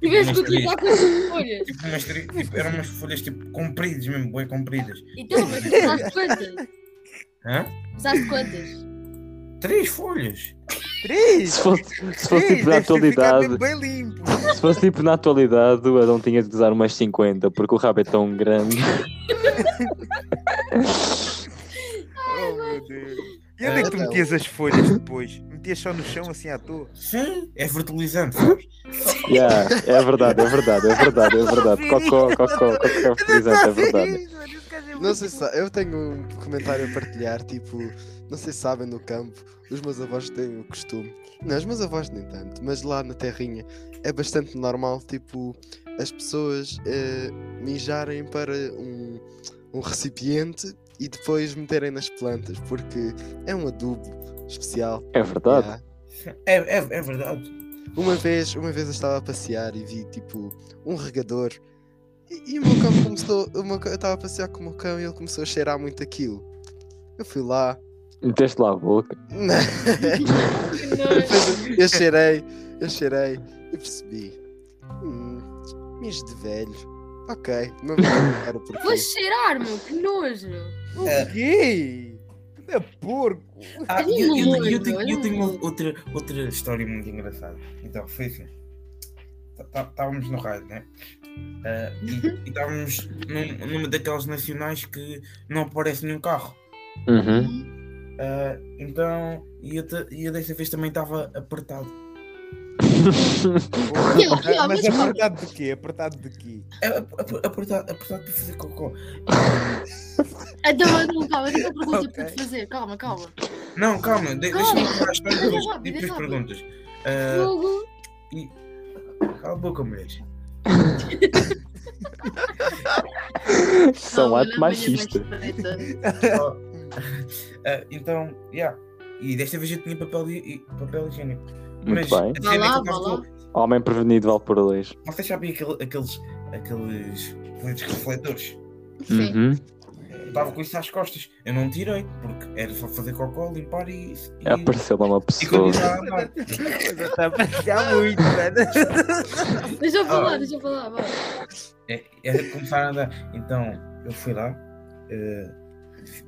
[SPEAKER 3] que
[SPEAKER 4] três-
[SPEAKER 3] utilizar quantas folhas?
[SPEAKER 4] tipo, umas três- tipo, eram umas folhas tipo compridas mesmo, bem compridas.
[SPEAKER 3] Então, mas usaste quantas?
[SPEAKER 4] Hã?
[SPEAKER 3] Usaste quantas?
[SPEAKER 4] Três folhas.
[SPEAKER 5] Três!
[SPEAKER 1] Se fosse, se fosse
[SPEAKER 5] Três,
[SPEAKER 1] tipo na
[SPEAKER 5] deve ter ficado
[SPEAKER 1] atualidade,
[SPEAKER 5] bem limpo.
[SPEAKER 1] se fosse tipo na atualidade, o Adão tinha de usar umas 50, porque o rabo é tão grande.
[SPEAKER 5] Oh meu Deus. E onde é que tu
[SPEAKER 2] Adão.
[SPEAKER 5] metias as folhas depois? Metias só no chão assim à toa?
[SPEAKER 4] Sim, é fertilizante. sabes?
[SPEAKER 1] Yeah, é verdade, é verdade, é verdade, é verdade. Cocó, cocó, cocó é fertilizante, é verdade.
[SPEAKER 5] é
[SPEAKER 2] Não sei se sa- eu tenho um comentário a partilhar, tipo, não sei se sabem no campo, os meus avós têm o costume. Não, os meus avós nem tanto, mas lá na terrinha é bastante normal, tipo, as pessoas eh, mijarem para um, um recipiente e depois meterem nas plantas, porque é um adubo especial.
[SPEAKER 1] É verdade.
[SPEAKER 2] yeah.
[SPEAKER 4] É, é, é verdade.
[SPEAKER 2] Uma vez, uma vez eu estava a passear e vi tipo um regador e, e o meu cão começou. o meu cão- eu estava a passear com o meu cão e ele começou a cheirar muito aquilo. Eu fui lá.
[SPEAKER 1] Meteste lá a boca.
[SPEAKER 3] Que nojo.
[SPEAKER 2] Depois eu- eu cheirei, eu cheirei e percebi. Hum, mijo de velho. Ok, não vou explicar o
[SPEAKER 3] Vou
[SPEAKER 2] porquê.
[SPEAKER 3] cheirar, meu, que nojo.
[SPEAKER 5] O quê? Que porco!
[SPEAKER 4] Ah,
[SPEAKER 3] Olha
[SPEAKER 4] e eu, eu- eu
[SPEAKER 3] muito,
[SPEAKER 4] tenho,
[SPEAKER 3] olha
[SPEAKER 4] eu tenho
[SPEAKER 3] muito.
[SPEAKER 4] outra, outra história muito engraçada. Então, foi assim. Tá- tá- Estávamos no rádio, né? Ah, e- e estávamos num- numa daquelas nacionais que não aparece nenhum carro.
[SPEAKER 1] Uhum.
[SPEAKER 4] Ah, então, e eu, te- e eu desta vez também estava apertado.
[SPEAKER 3] Não, não,
[SPEAKER 5] mas
[SPEAKER 3] mas como?
[SPEAKER 5] apertado de quê? Apertado de quê?
[SPEAKER 4] A- a- a- É, Apertado, apertado para fazer cocô.
[SPEAKER 3] Então, então, calma, eu tenho uma pergunta para
[SPEAKER 5] Ok.
[SPEAKER 3] te fazer. Calma, calma.
[SPEAKER 4] Não, calma, de,
[SPEAKER 3] Calma.
[SPEAKER 4] deixa-me acabar a história e depois-
[SPEAKER 3] Rápido,
[SPEAKER 4] e depois
[SPEAKER 3] rápido.
[SPEAKER 4] perguntas. Ah,
[SPEAKER 3] Fogo.
[SPEAKER 4] Cala a boca, mulheres.
[SPEAKER 1] São
[SPEAKER 3] Não,
[SPEAKER 1] ato
[SPEAKER 3] não,
[SPEAKER 1] machista.
[SPEAKER 3] mas é machista.
[SPEAKER 4] Oh. Ah, então, yeah. E desta vez eu tinha papel, hi- hi- papel higiênico.
[SPEAKER 1] Muito bem.
[SPEAKER 4] a
[SPEAKER 3] Vá
[SPEAKER 4] cena é que
[SPEAKER 3] lá,
[SPEAKER 4] eu
[SPEAKER 3] vá
[SPEAKER 4] tava-
[SPEAKER 3] lá.
[SPEAKER 1] Homem prevenido vale por leis.
[SPEAKER 4] Vocês sabem aquele- aqueles, aqueles, aqueles refletores?
[SPEAKER 3] Sim.
[SPEAKER 1] Uhum.
[SPEAKER 4] Eu Estava com isso às costas. Eu não tirei, porque era só fazer cocó, limpar e. e...
[SPEAKER 1] É, Apareceu lá uma
[SPEAKER 4] e
[SPEAKER 1] pessoa.
[SPEAKER 4] continuar a andar.
[SPEAKER 5] Está a passear é muito, é? mano.
[SPEAKER 3] Deixa eu
[SPEAKER 4] Ah.
[SPEAKER 3] falar, deixa eu falar. vá.
[SPEAKER 4] É- Era começar a andar. Então, eu fui lá, eh, fi-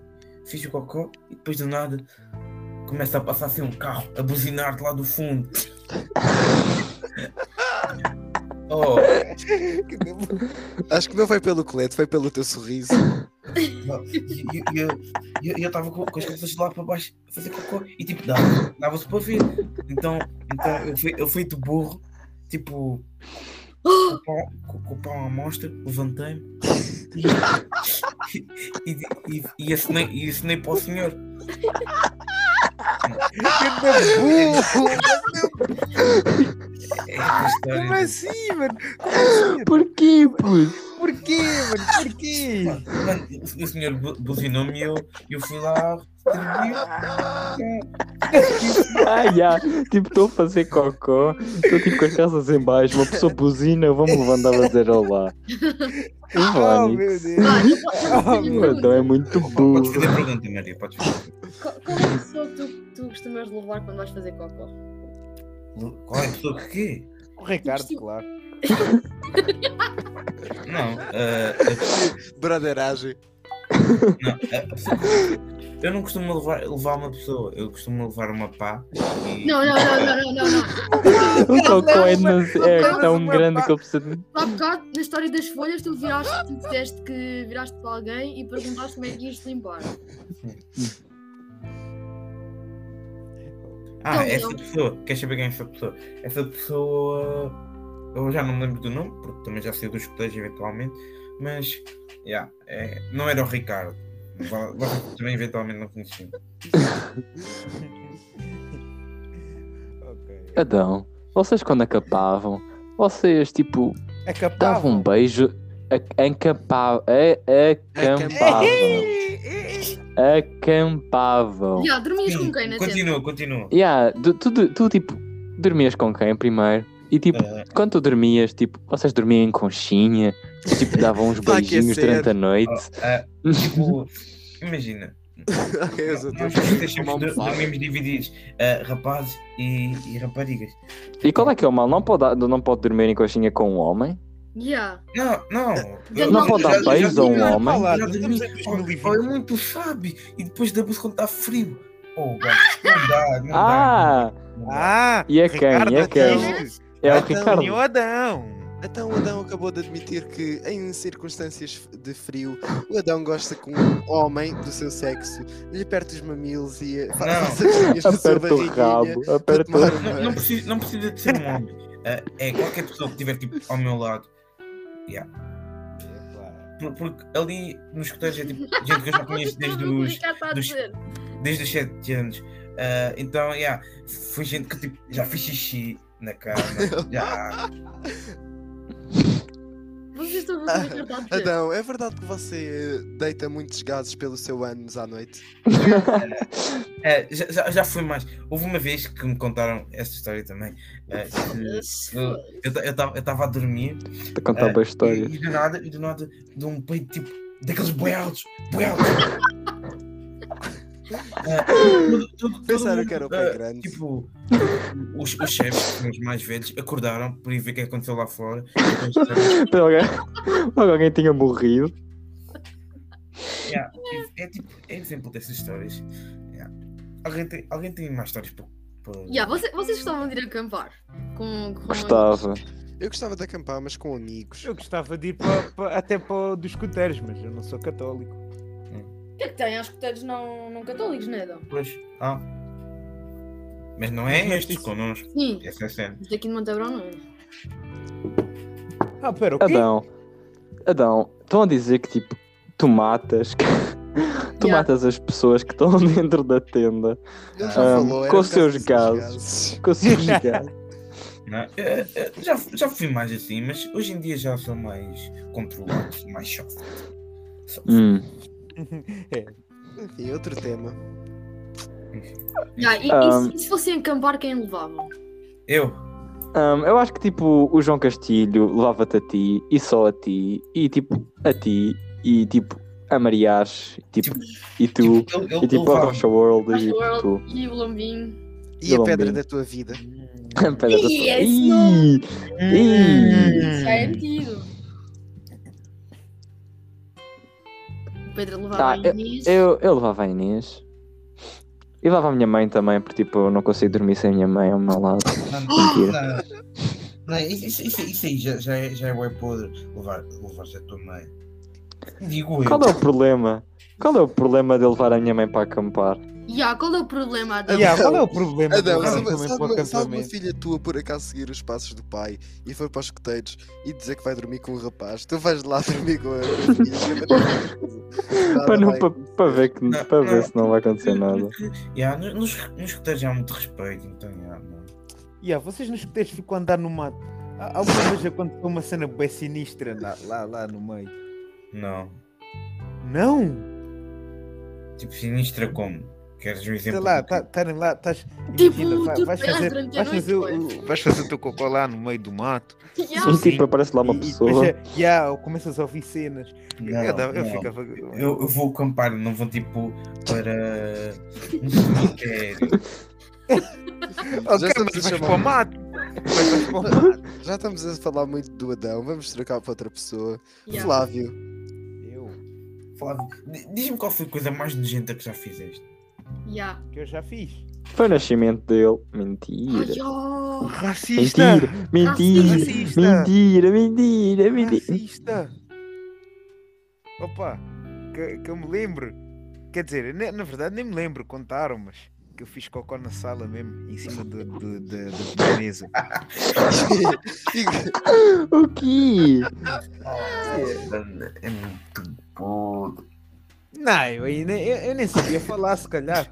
[SPEAKER 4] fiz o cocó e depois do nada começa a passar assim um carro, a buzinar de lá do fundo. oh,
[SPEAKER 2] Acho que não foi pelo colete, foi pelo teu sorriso.
[SPEAKER 4] não, e e- e eu- e eu- e eu estava com, com as calças lá para baixo a fazer cocô e tipo dava- dava-se para ver. Então, então eu, fui, eu fui de burro, tipo, com o pau- com, com o pau à mostra, levantei-me e, e, e, e, assinei, e assinei para o senhor. É esta história.
[SPEAKER 5] Como assim, mano? Como assim?
[SPEAKER 1] Porquê, puto?
[SPEAKER 5] Porquê, mano? Porquê?
[SPEAKER 4] Mano, o- o senhor bu- buzinou-me e eu, eu fui lá. retribuir.
[SPEAKER 1] Ah, já. Tipo, estou a fazer cocó. Estou tipo com as calças em baixo. Uma pessoa buzina. Eu vou-me levantar a dizer olá.
[SPEAKER 5] Oh,
[SPEAKER 1] Irónico.
[SPEAKER 5] meu Deus.
[SPEAKER 3] Vá, eu posso fazer
[SPEAKER 5] meu
[SPEAKER 1] O
[SPEAKER 3] uma
[SPEAKER 1] Adão
[SPEAKER 3] pergunta?
[SPEAKER 1] é muito
[SPEAKER 4] Podes
[SPEAKER 1] burro.
[SPEAKER 4] fazer a pergunta, Maria, podes fazer.
[SPEAKER 3] Qual qual é a pessoa que tu, tu costumas levar quando vais fazer cocó?
[SPEAKER 4] Qual é a pessoa que quê?
[SPEAKER 5] O Ricardo, claro.
[SPEAKER 4] Não, ah,
[SPEAKER 2] Brotheragem.
[SPEAKER 4] ah, não, ah, a pessoa- eu não costumo levar, levar uma pessoa, eu costumo levar uma pá. E...
[SPEAKER 3] Não, não, não, não, não, não. não.
[SPEAKER 1] O cocó é, nas- é
[SPEAKER 5] Não,
[SPEAKER 1] tão
[SPEAKER 5] não,
[SPEAKER 1] grande
[SPEAKER 5] não.
[SPEAKER 1] que eu preciso. de-
[SPEAKER 3] Há bocado, na história das folhas, tu viraste, tu disseste que viraste para alguém e perguntaste como é que ias limpar.
[SPEAKER 4] Ah,
[SPEAKER 3] Então,
[SPEAKER 4] essa
[SPEAKER 3] não.
[SPEAKER 4] pessoa, quer saber quem é essa pessoa? Essa pessoa, eu já não me lembro do nome, porque também já sei dos colégios eventualmente, mas, yeah, é, não era o Ricardo. Vá- vá- Também eventualmente não conheci.
[SPEAKER 5] Ok.
[SPEAKER 1] Adão, Então, vocês quando acabavam, vocês tipo
[SPEAKER 5] É capaz.
[SPEAKER 1] davam um beijo. ac- Acampavam. é, Acampavam. Acampavam.
[SPEAKER 3] Já, dormias com
[SPEAKER 4] Sim,
[SPEAKER 3] quem na tenda?
[SPEAKER 4] Continua, continua.
[SPEAKER 1] Yeah, tu, tu, tu, tipo, dormias com quem primeiro? E tipo,
[SPEAKER 4] Ah,
[SPEAKER 1] quando tu dormias, tipo, vocês dormiam em conchinha, tipo, davam uns
[SPEAKER 2] Vai
[SPEAKER 1] beijinhos
[SPEAKER 2] aquecer.
[SPEAKER 1] durante a noite.
[SPEAKER 4] ah, tipo, imagina,
[SPEAKER 2] Ok, eu sou teu.
[SPEAKER 4] Nós deixamos
[SPEAKER 2] Uma
[SPEAKER 4] de-
[SPEAKER 2] almofada.
[SPEAKER 4] dormimos divididos, ah, rapazes e, e raparigas.
[SPEAKER 1] E qual é que é o mal? Não pode, não pode dormir em conchinha com um homem?
[SPEAKER 3] Já.
[SPEAKER 4] Não, não.
[SPEAKER 3] Não pode
[SPEAKER 1] dar beijos a um homem?
[SPEAKER 4] Já
[SPEAKER 5] Estamos
[SPEAKER 4] dormi.
[SPEAKER 5] em
[SPEAKER 4] Oh, oh, é
[SPEAKER 5] 2020.
[SPEAKER 4] muito sabe. E depois da busca quando está frio. Oh, gajo, não dá, não
[SPEAKER 1] Ah!
[SPEAKER 4] dá. Não dá.
[SPEAKER 5] Ah, Então,
[SPEAKER 1] E é quem? E é quem? É o
[SPEAKER 2] Ah,
[SPEAKER 1] Ricardo.
[SPEAKER 2] não,
[SPEAKER 5] Adão.
[SPEAKER 2] Então o Adão acabou de admitir que, em circunstâncias de frio, o Adão gosta que um homem do seu sexo lhe aperte os mamilos e eh, fa-
[SPEAKER 4] Não.
[SPEAKER 2] faça carinhas no seu
[SPEAKER 1] Aperta o
[SPEAKER 2] barriguinha
[SPEAKER 1] rabo,
[SPEAKER 2] para
[SPEAKER 1] aperta o
[SPEAKER 2] tomar
[SPEAKER 1] rabo.
[SPEAKER 4] Não, não
[SPEAKER 2] uma...
[SPEAKER 4] precisa, não precisa de ser um homem. Ah, é qualquer pessoa que estiver tipo, ao meu lado. Por- Porque ali nos escuteiros é tipo gente que eu já conheço desde
[SPEAKER 3] O que o
[SPEAKER 4] os,
[SPEAKER 3] Ricardo está a
[SPEAKER 4] dos-
[SPEAKER 3] dizer?
[SPEAKER 4] desde os 7 anos. Ah, então, yeah, foi gente que tipo, já fiz xixi na cama. já.
[SPEAKER 3] Vocês Vocês todos estão retardados.
[SPEAKER 2] Adão, é verdade que você eh, deita muitos gases pelo seu ânus à noite?
[SPEAKER 4] É, já, já, já fui mais. Houve uma vez que me contaram essa história também. É, que eu- eu estava a dormir
[SPEAKER 1] Te contar uma
[SPEAKER 4] É, e,
[SPEAKER 1] Tá história.
[SPEAKER 4] e do nada, e do nada, de um peito tipo daqueles boi altos, boi altos. Ah, todo- todo- todo
[SPEAKER 2] Pensaram
[SPEAKER 4] mundo,
[SPEAKER 2] que era o
[SPEAKER 4] ah,
[SPEAKER 2] pé grande.
[SPEAKER 4] Tipo, os, os chefes, os mais velhos, acordaram para ir ver o que aconteceu lá fora. Então,
[SPEAKER 1] Então, alguém... Logo alguém tinha morrido.
[SPEAKER 4] yeah, é, é tipo, é exemplo dessas histórias. Yeah. Alguém, tem, alguém tem mais histórias para. para-
[SPEAKER 3] Yeah, você- vocês gostavam de ir acampar? Com, com
[SPEAKER 1] Gostava.
[SPEAKER 2] Eu gostava de acampar, mas com amigos.
[SPEAKER 5] Eu gostava de ir pa- pa- até para dos coteiros, mas eu não sou católico.
[SPEAKER 3] O que é que tem? Acho que todos não, não católicos, não é, Dom?
[SPEAKER 4] Pois, ah. Mas não é estes connosco.
[SPEAKER 3] Sim.
[SPEAKER 4] Essa é a cena.
[SPEAKER 3] Isto aqui de Montebrão não é.
[SPEAKER 5] Ah, pera, o quê?
[SPEAKER 1] Adão. Adão, estão a dizer que tipo, tu matas. tu
[SPEAKER 3] Yeah.
[SPEAKER 1] matas as pessoas que estão dentro da tenda.
[SPEAKER 2] Ele
[SPEAKER 1] Ah,
[SPEAKER 2] já falou, era
[SPEAKER 1] com
[SPEAKER 2] por
[SPEAKER 1] os
[SPEAKER 2] causa
[SPEAKER 1] seus
[SPEAKER 2] desses
[SPEAKER 1] gases. Com os seus gases.
[SPEAKER 4] Não é? Eh, eh, já, já fui mais assim, mas hoje em dia já sou mais controlado, mais chato.
[SPEAKER 1] Hum.
[SPEAKER 2] Enfim, outro tema.
[SPEAKER 3] Yeah, e,
[SPEAKER 1] Um,
[SPEAKER 3] e se, se fossem acampar, quem levavam?
[SPEAKER 4] Eu,
[SPEAKER 1] Hum, eu acho que tipo o João Castilho levava-te a ti e só a ti e tipo a ti e tipo a Mariache tipo, e tu
[SPEAKER 4] tipo, ele, ele,
[SPEAKER 1] e tipo a
[SPEAKER 4] levava-
[SPEAKER 1] Rocha World e
[SPEAKER 3] Acho
[SPEAKER 1] tipo tu.
[SPEAKER 3] World e o Lombinho.
[SPEAKER 2] E a
[SPEAKER 1] Lombinho.
[SPEAKER 2] pedra da tua vida?
[SPEAKER 1] Pedra da Sorte.
[SPEAKER 3] Ih, esse nome.
[SPEAKER 1] Ih, Ih.
[SPEAKER 3] Isso já é metido. O Pedro levava
[SPEAKER 1] Ah,
[SPEAKER 3] a Inês.
[SPEAKER 1] eu, eu levava a Inês. E levava a minha mãe também, porque tipo, eu não consigo dormir sem a minha mãe ao meu lado.
[SPEAKER 4] Não,
[SPEAKER 1] Mentira.
[SPEAKER 4] não, não, isso, isso, isso, isso aí já, já, é- já é bem podre. Levar, levar-se a tua mãe. Digo
[SPEAKER 5] Ah.
[SPEAKER 4] eu.
[SPEAKER 1] Qual é o problema? Qual é o problema de eu levar a minha mãe para acampar?
[SPEAKER 3] Yeah, qual é o problema, Adão?
[SPEAKER 5] Yeah, qual é o problema?
[SPEAKER 2] Adão,
[SPEAKER 5] do
[SPEAKER 2] se,
[SPEAKER 5] homem também
[SPEAKER 2] se,
[SPEAKER 5] para o
[SPEAKER 2] alguma, se alguma
[SPEAKER 5] acampamento?
[SPEAKER 2] filha tua por acaso seguir os passos do pai e for para os coteiros e dizer que vai dormir com um rapaz, tu vais lá dormir com a com a filha. é Nada
[SPEAKER 1] para, não,
[SPEAKER 2] vai
[SPEAKER 1] para, para ver, que,
[SPEAKER 4] Não,
[SPEAKER 1] para ver
[SPEAKER 4] não.
[SPEAKER 1] se não vai acontecer nada.
[SPEAKER 4] Yeah, no- nos, nos escuteiros já há muito respeito, então yeah, não.
[SPEAKER 5] Yeah, vocês nos coteiros ficam a andar no mato. Há- Alguma vez aconteceu uma cena bem sinistra lá, lá, lá no meio.
[SPEAKER 4] não.
[SPEAKER 5] Não!
[SPEAKER 4] Tipo, sinistra como? Queres um exemplo?
[SPEAKER 5] Sei lá, tá,
[SPEAKER 4] do quê?
[SPEAKER 5] estarem lá, estás.
[SPEAKER 3] Tipo,
[SPEAKER 5] imagina, vai-
[SPEAKER 3] tu
[SPEAKER 5] vais
[SPEAKER 3] pegas
[SPEAKER 5] fazer,
[SPEAKER 3] durante a
[SPEAKER 5] vais, fazer
[SPEAKER 3] noite,
[SPEAKER 5] o, vais fazer o teu cocô lá no meio do mato.
[SPEAKER 3] Yeah.
[SPEAKER 1] E tipo, aparece lá uma
[SPEAKER 5] e- e
[SPEAKER 1] pessoa.
[SPEAKER 5] depois é- yeah, ou começas a ouvir cenas.
[SPEAKER 4] Não,
[SPEAKER 5] eu, dava- É, eu
[SPEAKER 4] não.
[SPEAKER 5] ficava.
[SPEAKER 4] Eu, eu vou acampar, não vou tipo para um cemitério.
[SPEAKER 5] Ok,
[SPEAKER 2] estamos a
[SPEAKER 5] mas vais
[SPEAKER 2] chamar-
[SPEAKER 5] para o mato! Mas vais para o mato!
[SPEAKER 2] Já estamos a falar muito do Adão, vamos trocar para outra pessoa.
[SPEAKER 3] Yeah.
[SPEAKER 2] Flávio,
[SPEAKER 5] Eu,
[SPEAKER 4] Flávio, di- diz-me qual foi a coisa mais nojenta que já fizeste.
[SPEAKER 3] Yeah.
[SPEAKER 5] que eu já fiz.
[SPEAKER 1] Foi o nascimento dele.
[SPEAKER 3] Ai,
[SPEAKER 1] Mentira.
[SPEAKER 3] oh.
[SPEAKER 5] Racista!
[SPEAKER 1] Mentira, mentira,
[SPEAKER 5] Racista.
[SPEAKER 1] mentira, mentira, mentira.
[SPEAKER 5] Racista! Opa, que, que eu me lembro. Quer dizer, ne- na verdade nem me lembro, contaram, mas que eu fiz cocó na sala mesmo, em cima do- do- da- da- da mesa.
[SPEAKER 2] Fica-
[SPEAKER 1] O quê?
[SPEAKER 4] É muito podre.
[SPEAKER 5] Não, eu, ainda, eu, eu nem sabia falar, se calhar.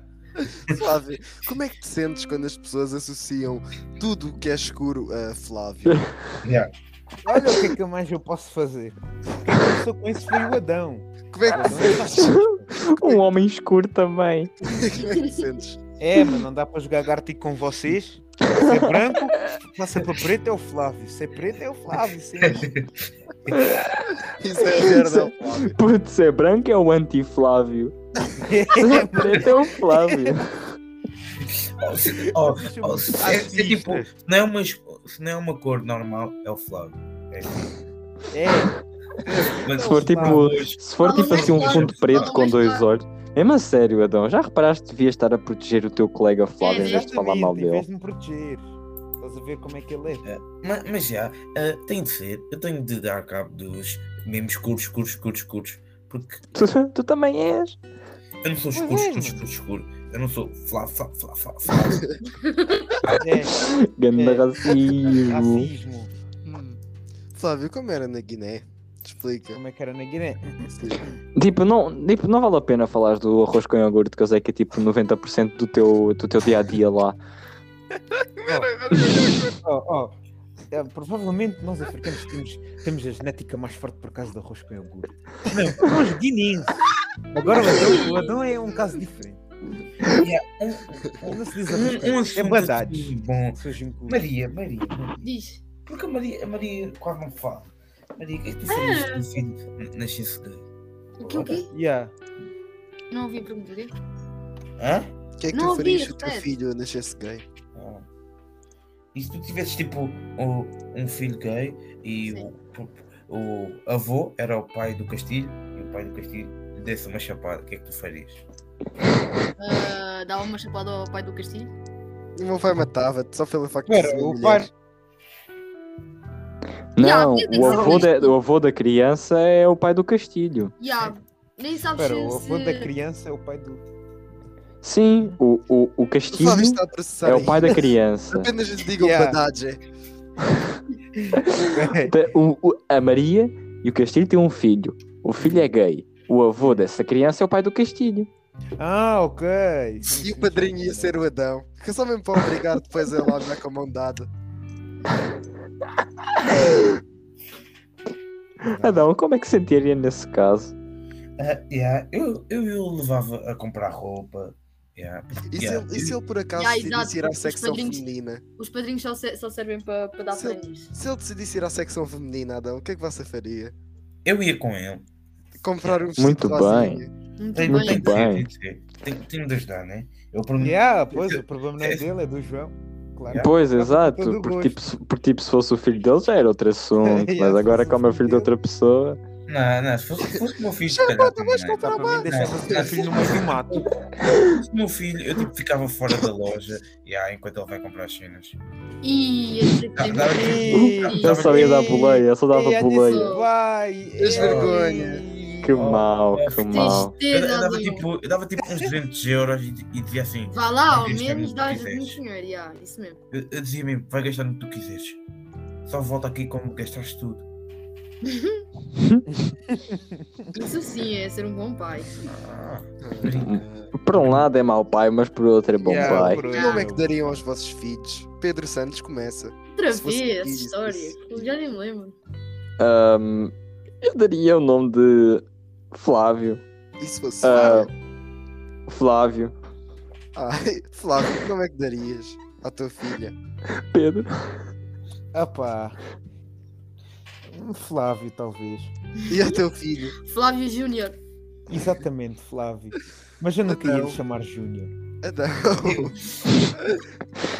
[SPEAKER 2] Flávio, como é que te sentes quando as pessoas associam tudo o que é escuro a Flávio?
[SPEAKER 5] Olha o que é que mais eu posso fazer. Quem começou com isso foi o Adão.
[SPEAKER 2] Como é
[SPEAKER 5] O
[SPEAKER 2] que,
[SPEAKER 5] Adão é fascista.
[SPEAKER 1] Um homem escuro também.
[SPEAKER 2] como é que te sentes?
[SPEAKER 5] É, mas não dá para jogar Gartic com vocês. Se é branco, passa para preto é o Flávio. Se é preto é o Flávio. Se é...
[SPEAKER 2] Isso é merda, Flávio.
[SPEAKER 1] Puto, se é branco é o anti-Flávio. Se é preto é o Flávio.
[SPEAKER 4] Oh, se- oh, oh, se- é, é tipo, se não é, uma, es- se não é uma cor normal, é o Flávio. É assim.
[SPEAKER 5] É,
[SPEAKER 4] Mas
[SPEAKER 1] Se for tipo, se for
[SPEAKER 3] Fala
[SPEAKER 1] tipo assim um
[SPEAKER 3] mais
[SPEAKER 1] fundo
[SPEAKER 3] claro,
[SPEAKER 1] preto
[SPEAKER 3] fala
[SPEAKER 1] com
[SPEAKER 3] mais
[SPEAKER 1] dois
[SPEAKER 3] claro.
[SPEAKER 1] olhos. É mas sério, Adão, já reparaste que devias estar a proteger o teu colega Flávio em vez de falar mal
[SPEAKER 5] É, exatamente,
[SPEAKER 1] dele?
[SPEAKER 5] em vez de me proteger. Estás a ver como é que ele é?
[SPEAKER 4] mas, mas já, ah, tem de ser. Eu tenho de dar cabo dos mesmo escuros, escuros, escuros, escuros. Porque
[SPEAKER 1] Tu, tu também és.
[SPEAKER 4] eu não sou escuro,
[SPEAKER 5] Pois é,
[SPEAKER 4] escuro,
[SPEAKER 5] mano.
[SPEAKER 4] escuro, escuro. Eu não sou Flávio, Flávio, Flávio, Flávio. Flávio.
[SPEAKER 5] É,
[SPEAKER 1] Ganda
[SPEAKER 5] É.
[SPEAKER 1] racismo.
[SPEAKER 5] racismo.
[SPEAKER 2] Flávio, como era na Guiné? Explica.
[SPEAKER 5] Como é que era na Guiné?
[SPEAKER 1] Tipo não, tipo, não vale a pena falar do arroz com iogurte, que eu sei que é tipo 90% do teu, do teu dia a dia lá.
[SPEAKER 5] Oh, oh. ah, provavelmente nós africanos temos, temos a genética mais forte por causa do arroz com iogurte. Não, são os guineenses. Agora o Adão, o Adão é um caso diferente.
[SPEAKER 4] é Um, um
[SPEAKER 5] Não se diz arroz com iogurte, é
[SPEAKER 4] assunto
[SPEAKER 5] badados.
[SPEAKER 4] bom.
[SPEAKER 5] Surgem com-
[SPEAKER 4] Maria, Maria,
[SPEAKER 3] Diz.
[SPEAKER 4] porque a Maria, a Maria quase não fala. Maria, o que é que tu sabias que o filho nascesse gay?
[SPEAKER 3] O que o quê?
[SPEAKER 5] Yeah.
[SPEAKER 3] Não ouvi a pergunta dele.
[SPEAKER 4] Hã?
[SPEAKER 2] O que é que
[SPEAKER 3] Não
[SPEAKER 2] tu
[SPEAKER 3] ouvi,
[SPEAKER 2] farias se o teu
[SPEAKER 3] repete.
[SPEAKER 2] filho né, nascesse gay?
[SPEAKER 4] Ah. E se tu tivesses tipo um, um filho gay e o,
[SPEAKER 3] Sim.
[SPEAKER 4] o avô era o pai do Castilho e o pai do Castilho lhe desse uma chapada, o que é que tu farias?
[SPEAKER 3] Ah, dava uma chapada ao pai do Castilho.
[SPEAKER 2] O meu pai matava-te só pelo facto
[SPEAKER 5] Espera,
[SPEAKER 2] de ser
[SPEAKER 5] o
[SPEAKER 2] mulher.
[SPEAKER 3] Yeah,
[SPEAKER 1] Não,
[SPEAKER 3] diz
[SPEAKER 1] o
[SPEAKER 3] isso.
[SPEAKER 1] avô, da, o avô da criança é o pai do Castilho.
[SPEAKER 3] Yeah. Nem sabes
[SPEAKER 5] Espera,
[SPEAKER 3] se.
[SPEAKER 5] o avô
[SPEAKER 3] se-
[SPEAKER 5] da criança é o pai do.
[SPEAKER 1] Sim, o, o, o
[SPEAKER 2] O
[SPEAKER 1] Castilho
[SPEAKER 2] Fábio está a processar
[SPEAKER 1] é o pai
[SPEAKER 2] aí.
[SPEAKER 1] da criança.
[SPEAKER 2] Apenas lhe digam
[SPEAKER 5] Yeah.
[SPEAKER 2] verdade, é.
[SPEAKER 1] Te- o- Tipo, é um, o- a Maria e o Castilho têm um filho. O filho é gay. O avô dessa criança é o pai do Castilho.
[SPEAKER 5] Ah, ok. Sim,
[SPEAKER 2] E
[SPEAKER 5] sim,
[SPEAKER 2] o padrinho
[SPEAKER 5] sim. é
[SPEAKER 2] ia ser o Adão. Que só mesmo para obrigar depois a lá já com a mão dada.
[SPEAKER 1] Adão, como é que sentiria nesse caso?
[SPEAKER 4] Ah, yeah, eu, eu, eu levava a comprar roupa. Yeah,
[SPEAKER 2] E se,
[SPEAKER 4] yeah,
[SPEAKER 2] ele, e se ele por acaso
[SPEAKER 3] Yeah, exato,
[SPEAKER 2] decidisse ir à
[SPEAKER 3] os
[SPEAKER 2] secção
[SPEAKER 3] padrinhos.
[SPEAKER 2] feminina?
[SPEAKER 3] Os padrinhos só, se- só servem para para dar
[SPEAKER 2] Sim.
[SPEAKER 3] prémios.
[SPEAKER 2] Se ele decidisse ir à secção feminina, Adão, o que é que você faria?
[SPEAKER 4] eu ia com ele.
[SPEAKER 2] Comprar um vestido
[SPEAKER 1] Muito bem.
[SPEAKER 2] sozinho?
[SPEAKER 3] Muito
[SPEAKER 4] Tem,
[SPEAKER 1] Muito
[SPEAKER 4] tem
[SPEAKER 3] bem.
[SPEAKER 4] de ser,
[SPEAKER 1] bem. É.
[SPEAKER 4] tem de ser. Tem- Tenho de ajudar, né? Eu prometo.
[SPEAKER 5] Yeah, pois, o problema não é dele, é do João. Claro.
[SPEAKER 1] Pois,
[SPEAKER 5] Tá
[SPEAKER 1] exato.
[SPEAKER 5] tudo
[SPEAKER 1] Porque
[SPEAKER 5] gosto.
[SPEAKER 1] tipo, se- porque, tipo, se fosse o filho dele já era outro assunto.
[SPEAKER 5] Yeah,
[SPEAKER 1] mas
[SPEAKER 5] se
[SPEAKER 1] agora
[SPEAKER 5] fosse
[SPEAKER 1] como é o filho de
[SPEAKER 5] o filho
[SPEAKER 1] outra pessoa...
[SPEAKER 4] Não, não, se fosse, se fosse o meu filho, se calhar. também, né?
[SPEAKER 5] Tá, para mim deixava o
[SPEAKER 6] É
[SPEAKER 5] meu
[SPEAKER 6] um
[SPEAKER 5] filho no meio do mato.
[SPEAKER 4] Se fosse o meu filho, eu tipo, ficava fora da loja yeah, enquanto ele vai comprar as cenas.
[SPEAKER 3] E a dizer que tem
[SPEAKER 4] Dá- dá-
[SPEAKER 3] muito-
[SPEAKER 1] Eu só ia dar
[SPEAKER 5] Ih,
[SPEAKER 1] boleia, eu só dava
[SPEAKER 5] E a
[SPEAKER 1] boleia.
[SPEAKER 5] disse, vai.
[SPEAKER 2] Tens
[SPEAKER 5] ei,
[SPEAKER 2] vergonha.
[SPEAKER 1] Que
[SPEAKER 4] Oh,
[SPEAKER 1] mal,
[SPEAKER 4] é
[SPEAKER 1] que
[SPEAKER 4] triste.
[SPEAKER 1] mal.
[SPEAKER 4] Eu, eu
[SPEAKER 3] Tristeza,
[SPEAKER 4] dava,
[SPEAKER 3] Adão.
[SPEAKER 4] tipo, eu dava tipo uns 200 euros e, e dizia assim:
[SPEAKER 3] Vá lá, ao
[SPEAKER 4] Não tens
[SPEAKER 3] menos
[SPEAKER 4] que
[SPEAKER 3] dá ajuda
[SPEAKER 4] quiseres.
[SPEAKER 3] no senhor. Yeah, isso mesmo.
[SPEAKER 4] eu, eu dizia mesmo, vai gastar no que tu quiseres. Só volta aqui como gastaste tudo.
[SPEAKER 3] Isso sim é ser um bom pai.
[SPEAKER 4] Ah,
[SPEAKER 1] Por um lado é mau pai, mas por outro é bom
[SPEAKER 5] Yeah,
[SPEAKER 1] pai.
[SPEAKER 5] bro,
[SPEAKER 2] Que nome é que dariam aos vossos filhos? Pedro Santos começa.
[SPEAKER 3] Outra
[SPEAKER 2] Se
[SPEAKER 3] vez
[SPEAKER 2] fosse
[SPEAKER 3] essa
[SPEAKER 2] isso,
[SPEAKER 3] história.
[SPEAKER 2] isso.
[SPEAKER 3] Eu já nem me lembro.
[SPEAKER 1] Ahm, eu daria o nome de Flávio.
[SPEAKER 2] E se fosse
[SPEAKER 1] Ah.
[SPEAKER 2] Flávio?
[SPEAKER 1] Flávio.
[SPEAKER 2] Ai, Flávio, que nome é que darias à tua filha?
[SPEAKER 1] Pedro.
[SPEAKER 5] Ah pá. Um Flávio, talvez.
[SPEAKER 2] E ao teu filho?
[SPEAKER 3] Flávio Júnior.
[SPEAKER 5] Exatamente, Flávio. Mas eu não queria lhe
[SPEAKER 2] Então.
[SPEAKER 5] chamar Júnior.
[SPEAKER 2] Adão.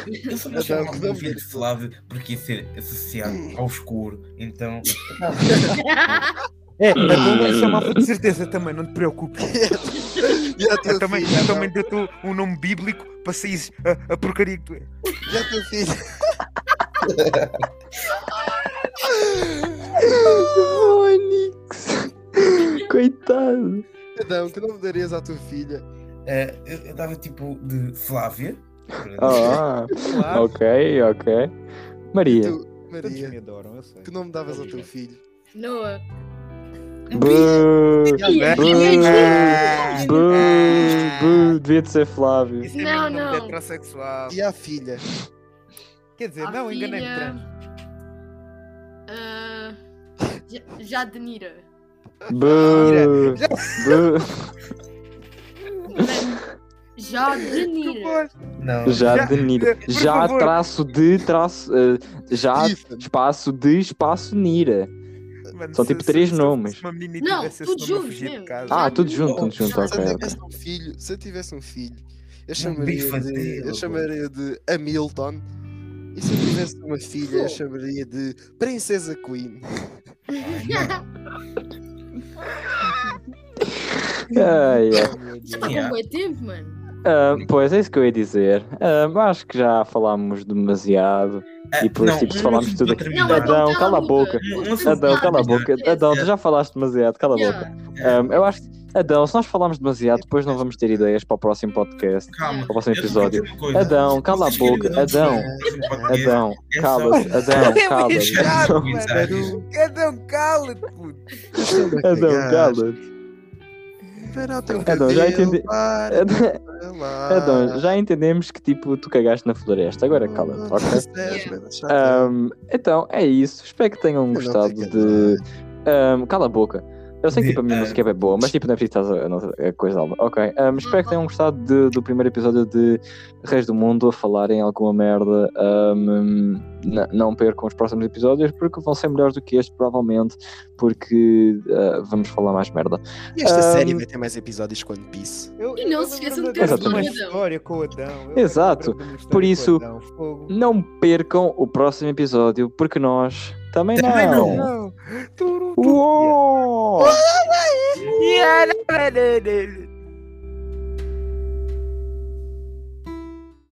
[SPEAKER 4] eu só
[SPEAKER 2] Adão,
[SPEAKER 4] não chamava
[SPEAKER 2] que
[SPEAKER 4] o meu
[SPEAKER 2] nome
[SPEAKER 4] filho
[SPEAKER 2] é
[SPEAKER 4] de Flávio porque ia ser associado
[SPEAKER 1] Hum.
[SPEAKER 4] ao escuro. Então,
[SPEAKER 5] É, então eu lhe chamava de certeza também, não te preocupes.
[SPEAKER 2] E ao teu
[SPEAKER 6] Eu também,
[SPEAKER 2] filho?
[SPEAKER 6] eu também dou-te um- um nome bíblico para sair a, a porcaria que tu és.
[SPEAKER 2] E ao teu filho?
[SPEAKER 1] Onix. Coitado.
[SPEAKER 2] Adão, que nome darias à tua filha?
[SPEAKER 4] eh, eu, eu dava tipo de Flávia.
[SPEAKER 1] Ah,
[SPEAKER 5] Flávio.
[SPEAKER 1] ok, ok.
[SPEAKER 2] E
[SPEAKER 1] Maria.
[SPEAKER 2] tu,
[SPEAKER 5] Todos me
[SPEAKER 2] Maria,
[SPEAKER 5] adoram, eu sei.
[SPEAKER 2] que nome davas ao teu filho?
[SPEAKER 3] Noah.
[SPEAKER 1] Bú,
[SPEAKER 3] Ih,
[SPEAKER 1] bú,
[SPEAKER 3] ninguém-
[SPEAKER 1] bú, bú, devia de ser Flávio.
[SPEAKER 6] Isso é
[SPEAKER 3] Não,
[SPEAKER 6] mesmo nome
[SPEAKER 3] não.
[SPEAKER 6] de heterossexual.
[SPEAKER 2] E à filha?
[SPEAKER 5] Quer dizer,
[SPEAKER 3] A
[SPEAKER 5] não, enganei-me
[SPEAKER 3] filha-
[SPEAKER 5] trans.
[SPEAKER 3] Ah, Ja- Jadnira.
[SPEAKER 1] Bú, bú.
[SPEAKER 3] Jadnira.
[SPEAKER 4] Não,
[SPEAKER 1] Já de Nira.
[SPEAKER 6] por
[SPEAKER 1] Já
[SPEAKER 6] favor.
[SPEAKER 1] traço de traço. eh, já
[SPEAKER 2] Ethan.
[SPEAKER 1] espaço de espaço Nira.
[SPEAKER 6] Mano,
[SPEAKER 1] São
[SPEAKER 6] se-
[SPEAKER 1] tipo
[SPEAKER 6] se-
[SPEAKER 1] três
[SPEAKER 6] se-
[SPEAKER 1] nomes.
[SPEAKER 6] Se uma menina
[SPEAKER 3] Não,
[SPEAKER 6] tivesse
[SPEAKER 3] tudo
[SPEAKER 6] esse nome
[SPEAKER 3] junto
[SPEAKER 6] a fugir de
[SPEAKER 3] mesmo.
[SPEAKER 6] casa.
[SPEAKER 1] Ah, tudo junto, tudo junto,
[SPEAKER 2] Se eu
[SPEAKER 1] ok. ok.
[SPEAKER 2] tivesse um filho, se eu tivesse um filho, eu
[SPEAKER 4] Não
[SPEAKER 2] chamaria de,
[SPEAKER 4] bifazê-lo,
[SPEAKER 2] eu chamaria de Hamilton. E se eu tivesse uma filha, eu chamaria de Princesa Queen.
[SPEAKER 1] É Ai, ai.
[SPEAKER 5] Meu Deus.
[SPEAKER 3] Já está tá com
[SPEAKER 4] Yeah.
[SPEAKER 3] bem tempo, mano.
[SPEAKER 1] Ah, pois é isso que eu ia dizer. Ah, acho que já falámos demasiado.
[SPEAKER 4] Ah,
[SPEAKER 1] E por isso,
[SPEAKER 4] não,
[SPEAKER 1] tipo, se
[SPEAKER 4] um
[SPEAKER 1] falarmos
[SPEAKER 4] assunto
[SPEAKER 1] tudo
[SPEAKER 4] para
[SPEAKER 1] aqui-
[SPEAKER 4] terminar.
[SPEAKER 1] Não, Adão,
[SPEAKER 3] então
[SPEAKER 1] cala a boca.
[SPEAKER 3] boca.
[SPEAKER 4] Um assunto-
[SPEAKER 1] Adão, cala a boca.
[SPEAKER 3] Não,
[SPEAKER 1] Adão, tu já falaste demasiado, cala a boca.
[SPEAKER 3] Yeah.
[SPEAKER 1] Ah, eu acho que, Adão, se nós falarmos demasiado, depois não vamos ter ideias para o próximo podcast,
[SPEAKER 4] Calma.
[SPEAKER 1] para o próximo
[SPEAKER 4] Eu só quero
[SPEAKER 1] um episódio.
[SPEAKER 4] dizer uma coisa.
[SPEAKER 1] Adão, cala a
[SPEAKER 4] Vocês querem
[SPEAKER 1] boca. é
[SPEAKER 4] dar um
[SPEAKER 1] Adão,
[SPEAKER 4] desconto no podcast?
[SPEAKER 1] Adão,
[SPEAKER 4] É só-
[SPEAKER 1] cala-te. Adão, cala-te.
[SPEAKER 5] Chato,
[SPEAKER 4] Exato.
[SPEAKER 5] mano. Adão, um cala-te, puto.
[SPEAKER 2] Estou-me a
[SPEAKER 1] Adão,
[SPEAKER 2] cagar.
[SPEAKER 1] cala-te.
[SPEAKER 2] Espera o teu
[SPEAKER 1] Adão, É já
[SPEAKER 2] cabelo,
[SPEAKER 1] entendi. É
[SPEAKER 2] para.
[SPEAKER 1] Adão-
[SPEAKER 2] lá.
[SPEAKER 1] Adão, já entendemos que tipo tu cagaste na floresta. Agora cala-te,
[SPEAKER 2] Ah.
[SPEAKER 1] ok? Ahm, então é isso. Espero que tenham gostado de. Ahm, cala a boca. Eu sei que tipo, a minha
[SPEAKER 4] De-
[SPEAKER 1] música é bem boa, mas tipo, não é preciso estar a, a- a coisa alba. Ok. Ahm, espero que tenham gostado de- do primeiro episódio de Reis do Mundo a falarem alguma merda. Ahm, n- não percam os próximos episódios porque vão ser melhores do que este, provavelmente, porque ah, vamos falar mais merda.
[SPEAKER 2] E esta série
[SPEAKER 1] Ahm.
[SPEAKER 2] vai ter mais episódios com One Piece.
[SPEAKER 5] Eu-
[SPEAKER 3] E
[SPEAKER 5] eu-
[SPEAKER 3] não
[SPEAKER 5] eu
[SPEAKER 3] se esqueçam
[SPEAKER 5] lembro-me
[SPEAKER 1] de ter
[SPEAKER 5] uma
[SPEAKER 3] vindo, Adão.
[SPEAKER 5] história com o Adão. Eu
[SPEAKER 1] Exato.
[SPEAKER 5] lembro-me de uma
[SPEAKER 1] Por
[SPEAKER 5] história com o
[SPEAKER 1] isso-
[SPEAKER 5] Adão. Fogo.
[SPEAKER 1] Não percam o próximo episódio porque nós também não.
[SPEAKER 4] Também não.
[SPEAKER 5] Não. Turu, turu.
[SPEAKER 1] Uou!
[SPEAKER 6] Yeah,